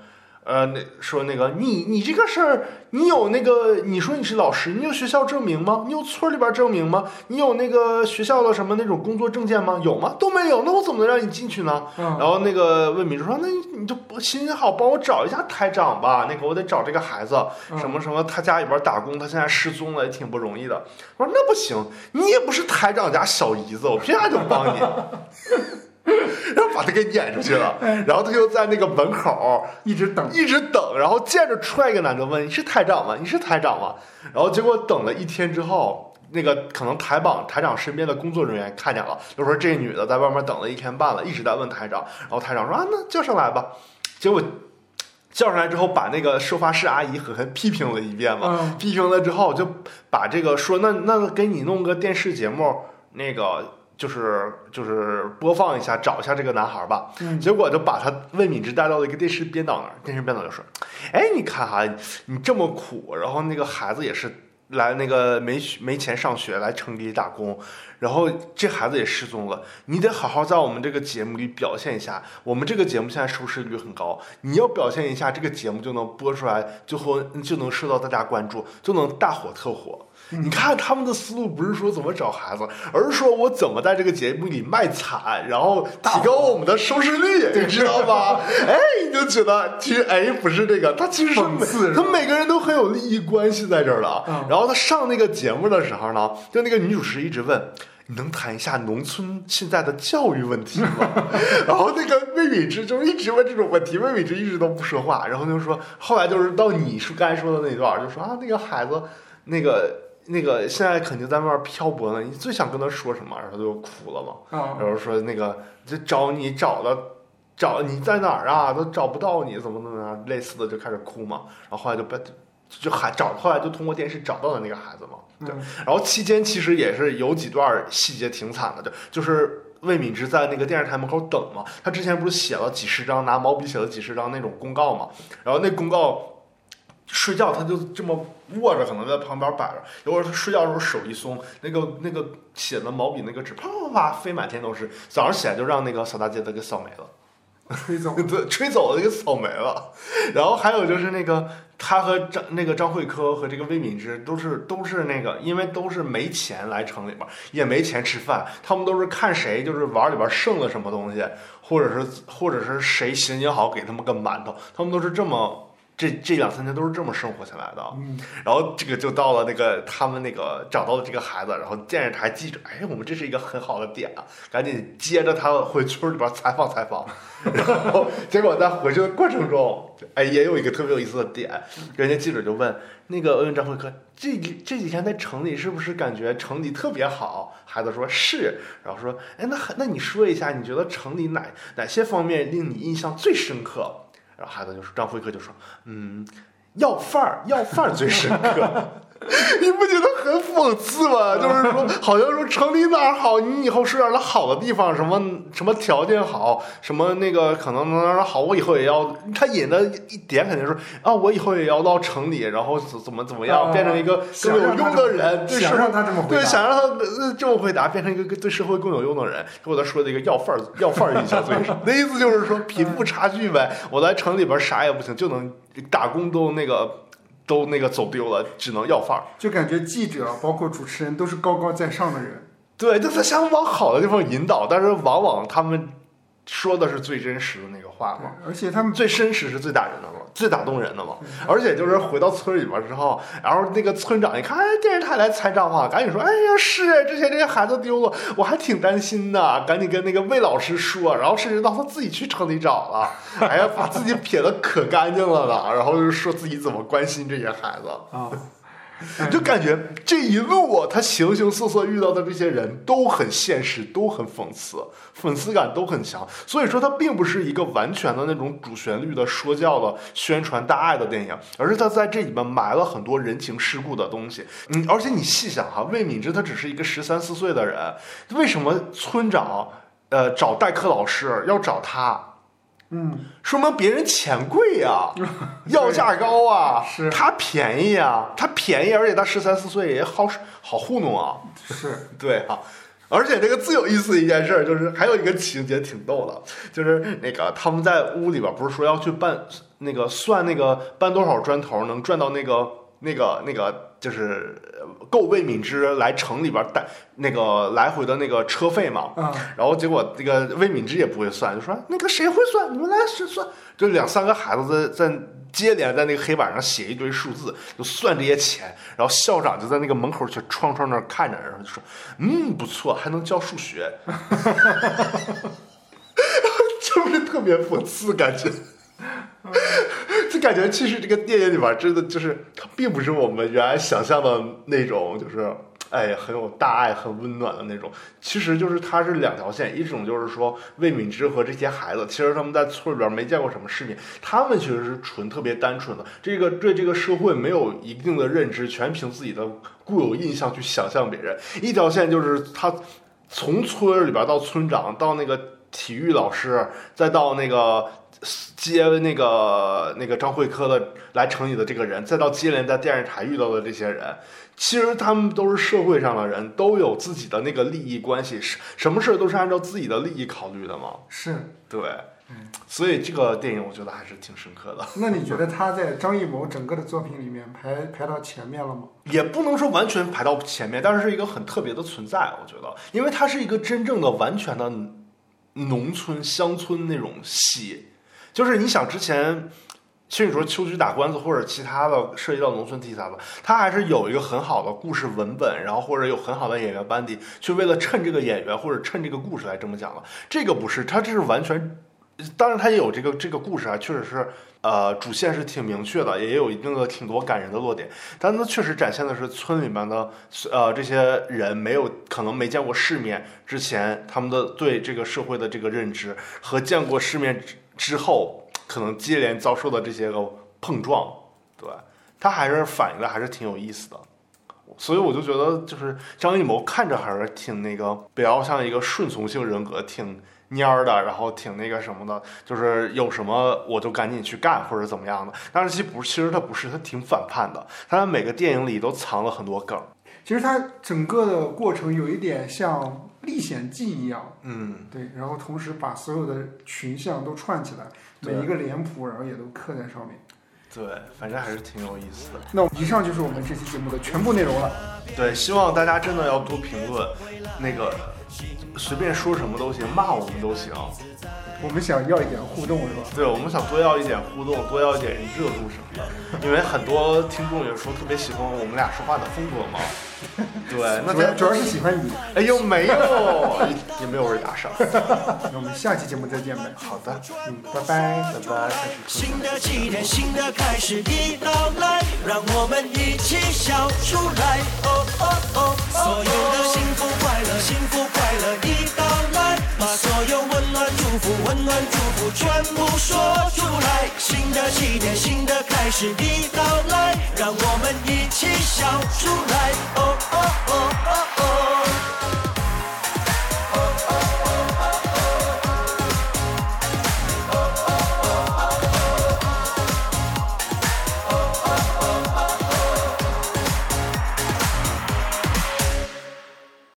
呃，那说那个你你这个事儿，你有那个你说你是老师，你有学校证明吗？你有村里边证明吗？你有那个学校的什么那种工作证件吗？有吗？都没有，那我怎么能让你进去呢？
啊
然后那个魏敏就说：“那你你就不行行好，帮我找一下台长吧。那个我得找这个孩子，什么什么，他家里边打工，他现在失踪了，也挺不容易的。”我说：“那不行，你也不是台长家小姨子，我凭啥就帮你？” 然后把他给撵出去了，然后他就在那个门口
啊一直等
一直等，然后见着出来一个男的问：“你是台长吗？你是台长吗？”然后结果等了一天之后，那个可能台长台长身边的工作人员看见了，就说这女的在外面等了一天半了，一直在问台长。然后台长说：“啊，那叫上来吧。”结果叫上来之后，把那个收发室阿姨狠狠批评了一遍嘛。
啊
批评了之后，就把这个说那那给你弄个电视节目，那个就是就是播放一下，找一下这个男孩吧。
嗯
结果就把他魏敏之带到了一个电视编导那儿，电视编导就说：“哎，你看哈、你这么苦，然后那个孩子也是来那个没学没钱上学，来城里打工，然后这孩子也失踪了，你得好好在我们这个节目里表现一下。我们这个节目现在收视率很高，你要表现一下，这个节目就能播出来，最后就能受到大家关注，就能大火特火。”
嗯
你看他们的思路不是说怎么找孩子，而是说我怎么在这个节目里卖惨，然后提高我们的收视率，你知道吧？哎，你就觉得其实哎不是这个，他其实是
讽刺
每他每个人都很有利益关系在这儿的。啊
嗯
然后他上那个节目的时候呢，就那个女主持一直问。你能谈一下农村现在的教育问题吗？然后那个魏敏之就是一直问这种问题，魏敏之一直都不说话，然后就说，后来就是到你说刚才说的那段儿，就说啊那个孩子，那个那个现在肯定在外面漂泊呢，你最想跟他说什么？然后他就哭了嘛。
啊
然后说那个就找你找的找你在哪儿啊，都找不到你，怎么怎么样，类似的就开始哭嘛。然后后来就被就还找，后来就通过电视找到了那个孩子嘛。对，
嗯
然后期间其实也是有几段细节挺惨的，就就是。魏敏之在那个电视台门口等嘛，他之前不是写了几十张，拿毛笔写了几十张那种公告嘛，然后那公告睡觉他就这么握着，可能在旁边摆着。有会儿他睡觉的时候手一松，那个那个写的毛笔那个纸啪啪啪啪飞满天都是。早上起来就让那个扫大街的给扫没了，
吹走
对， 吹走了给扫没了。然后还有就是那个他和张那个张慧科和这个魏敏之都是都是那个，因为都是没钱来城里边，也没钱吃饭，他们都是看谁就是碗里边剩了什么东西，或者是或者是谁心情好给他们个馒头，他们都是这么。这这两三年都是这么生活下来的，
嗯，
然后这个就到了那个他们那个找到了这个孩子，然后电视台记者，哎，我们这是一个很好的点啊，赶紧接着他回村里边采访采访。然后 结果在回去的过程中，哎，也有一个特别有意思的点，人家记者就问那个嗯恩张慧科，这几这几天在城里是不是感觉城里特别好？孩子说是，然后说，哎，那那你说一下，你觉得城里哪哪些方面令你印象最深刻？然后孩子就说，张慧科就说，嗯，要饭儿，要饭儿最深刻。 你不觉得很讽刺吗？就是说，好像说城里哪儿好，你以后是点了好的地方，什么什么条件好，什么那个可能哪儿好，我以后也要。他引的一点肯定是啊，我以后也要到城里，然后怎怎么怎么样，
啊
变成一个更
想
有
让他
用
这么
的人，对社
想
会
让他这么回
呃对，
答，
想让他呃这么回答，变成一个对社会更有用的人。给我他说的一个要范儿，要范儿印象最深。那意思就是说贫富差距呗。我在城里边啥也不行，就能打工都那个都那个走丢了，只能要范儿。
就感觉记者包括主持人都是高高在上的人，
对，就他想往好的地方引导，但是往往他们说的是最真实的那个话嘛。
而且他们
最真实是最打人的嘛，最打动人的嘛
嗯。
而且就是回到村里边之后，然后那个村长一看，哎，电视台来采访嘛，赶紧说，哎呀，是之前这个孩子丢了，我还挺担心的，赶紧跟那个魏老师说，然后甚至到他自己去城里找了，哎呀，把自己撇的可干净了呢，然后就说自己怎么关心这些孩子，
啊，
就感觉这一路啊他形形色色遇到的这些人都很现实，都很讽刺，讽刺感都很强。所以说，它并不是一个完全的那种主旋律的说教的宣传大爱的电影，而是它在这里面埋了很多人情世故的东西。嗯，而且你细想哈，魏敏之他只是一个十三四岁的人，为什么村长呃找代课老师要找他？
嗯，
说明别人钱贵呀、要价高啊，
是
他便宜啊，他便宜，而且他十三四岁也好好糊弄啊，
是
对啊。而且这个最有意思的一件事儿就是，还有一个情节挺逗的，就是那个他们在屋里边不是说要去办那个算那个搬多少砖头能赚到那个那个那个就是呃够魏敏之来城里边带那个来回的那个车费嘛？
啊，
然后结果那个魏敏之也不会算，就说那个谁会算，你们来试算。就两三个孩子在在接连在那个黑板上写一堆数字，就算这些钱。然后校长就在那个门口就窗窗那儿看着，然后就说：“嗯，不错，还能教数学。” 是不是特别讽刺？感觉。 就感觉其实这个电影里边真的就是，它并不是我们原来想象的那种，就是哎很有大爱、很温暖的那种。其实就是它是两条线，一种就是说魏敏之和这些孩子，其实他们在村里边没见过什么世面，他们其实是纯特别单纯的，这个对这个社会没有一定的认知，全凭自己的固有印象去想象别人。一条线就是他从村里边到村长，到那个体育老师，再到那个接那个那个张慧科的来城里的这个人，再到接连在电视台遇到的这些人，其实他们都是社会上的人，都有自己的那个利益关系，什什么事儿都是按照自己的利益考虑的嘛。
是。
对
嗯，
所以这个电影我觉得还是挺深刻的，
那你觉得他在张艺谋整个的作品里面排排到前面了吗？
也不能说完全排到前面，但是是一个很特别的存在，我觉得，因为它是一个真正的完全的农村乡村那种戏，就是你想之前。其实你说秋菊打官司或者其他的涉及到农村题材的，它还是有一个很好的故事文本，然后或者有很好的演员班底，去为了衬这个演员或者衬这个故事来这么讲的。这个不是，它这是完全，当然它也有这个这个故事啊，确实是呃主线是挺明确的，也有一定的挺多感人的落点，但它确实展现的是村里面的呃这些人没有可能没见过世面之前，他们的对这个社会的这个认知和见过世面之之后，可能接连遭受的这些个碰撞，对，它还是反映的还是挺有意思的。所以我就觉得，就是张艺谋看着还是挺那个，比较像一个顺从性人格，挺蔫儿的，然后挺那个什么的，就是有什么我就赶紧去干或者怎么样的。但是其实不是，其实他不是，他挺反叛的。他在每个电影里都藏了很多梗。
其实它整个的过程有一点像《历险记》一样，
嗯，
对，然后同时把所有的群像都串起来，每一个脸谱，然后也都刻在上面。
对，反正还是挺有意思的。
那以上就是我们这期节目的全部内容了。
对，希望大家真的要多评论，那个随便说什么都行，骂我们都行。
我们想要一点互动，是吧？
对，我们想多要一点互动，多要一点热度什么的，因为很多听众也说特别喜欢我们俩说话的风格 嘛。对，那
主要
咱
主要是喜欢你。
哎呦没有，也没有人打赏。
那我们下期节目再见呗。
好 的，
嗯，拜拜。
拜拜。
新的起点，新的开始已到来，让我们一起笑出来。哦哦哦，所有的幸福快乐，幸福快乐已到来，把所有温暖祝福，温暖祝福全部说出来。新的起点，新的开始已到来，让我们一起笑出来。哦哦哦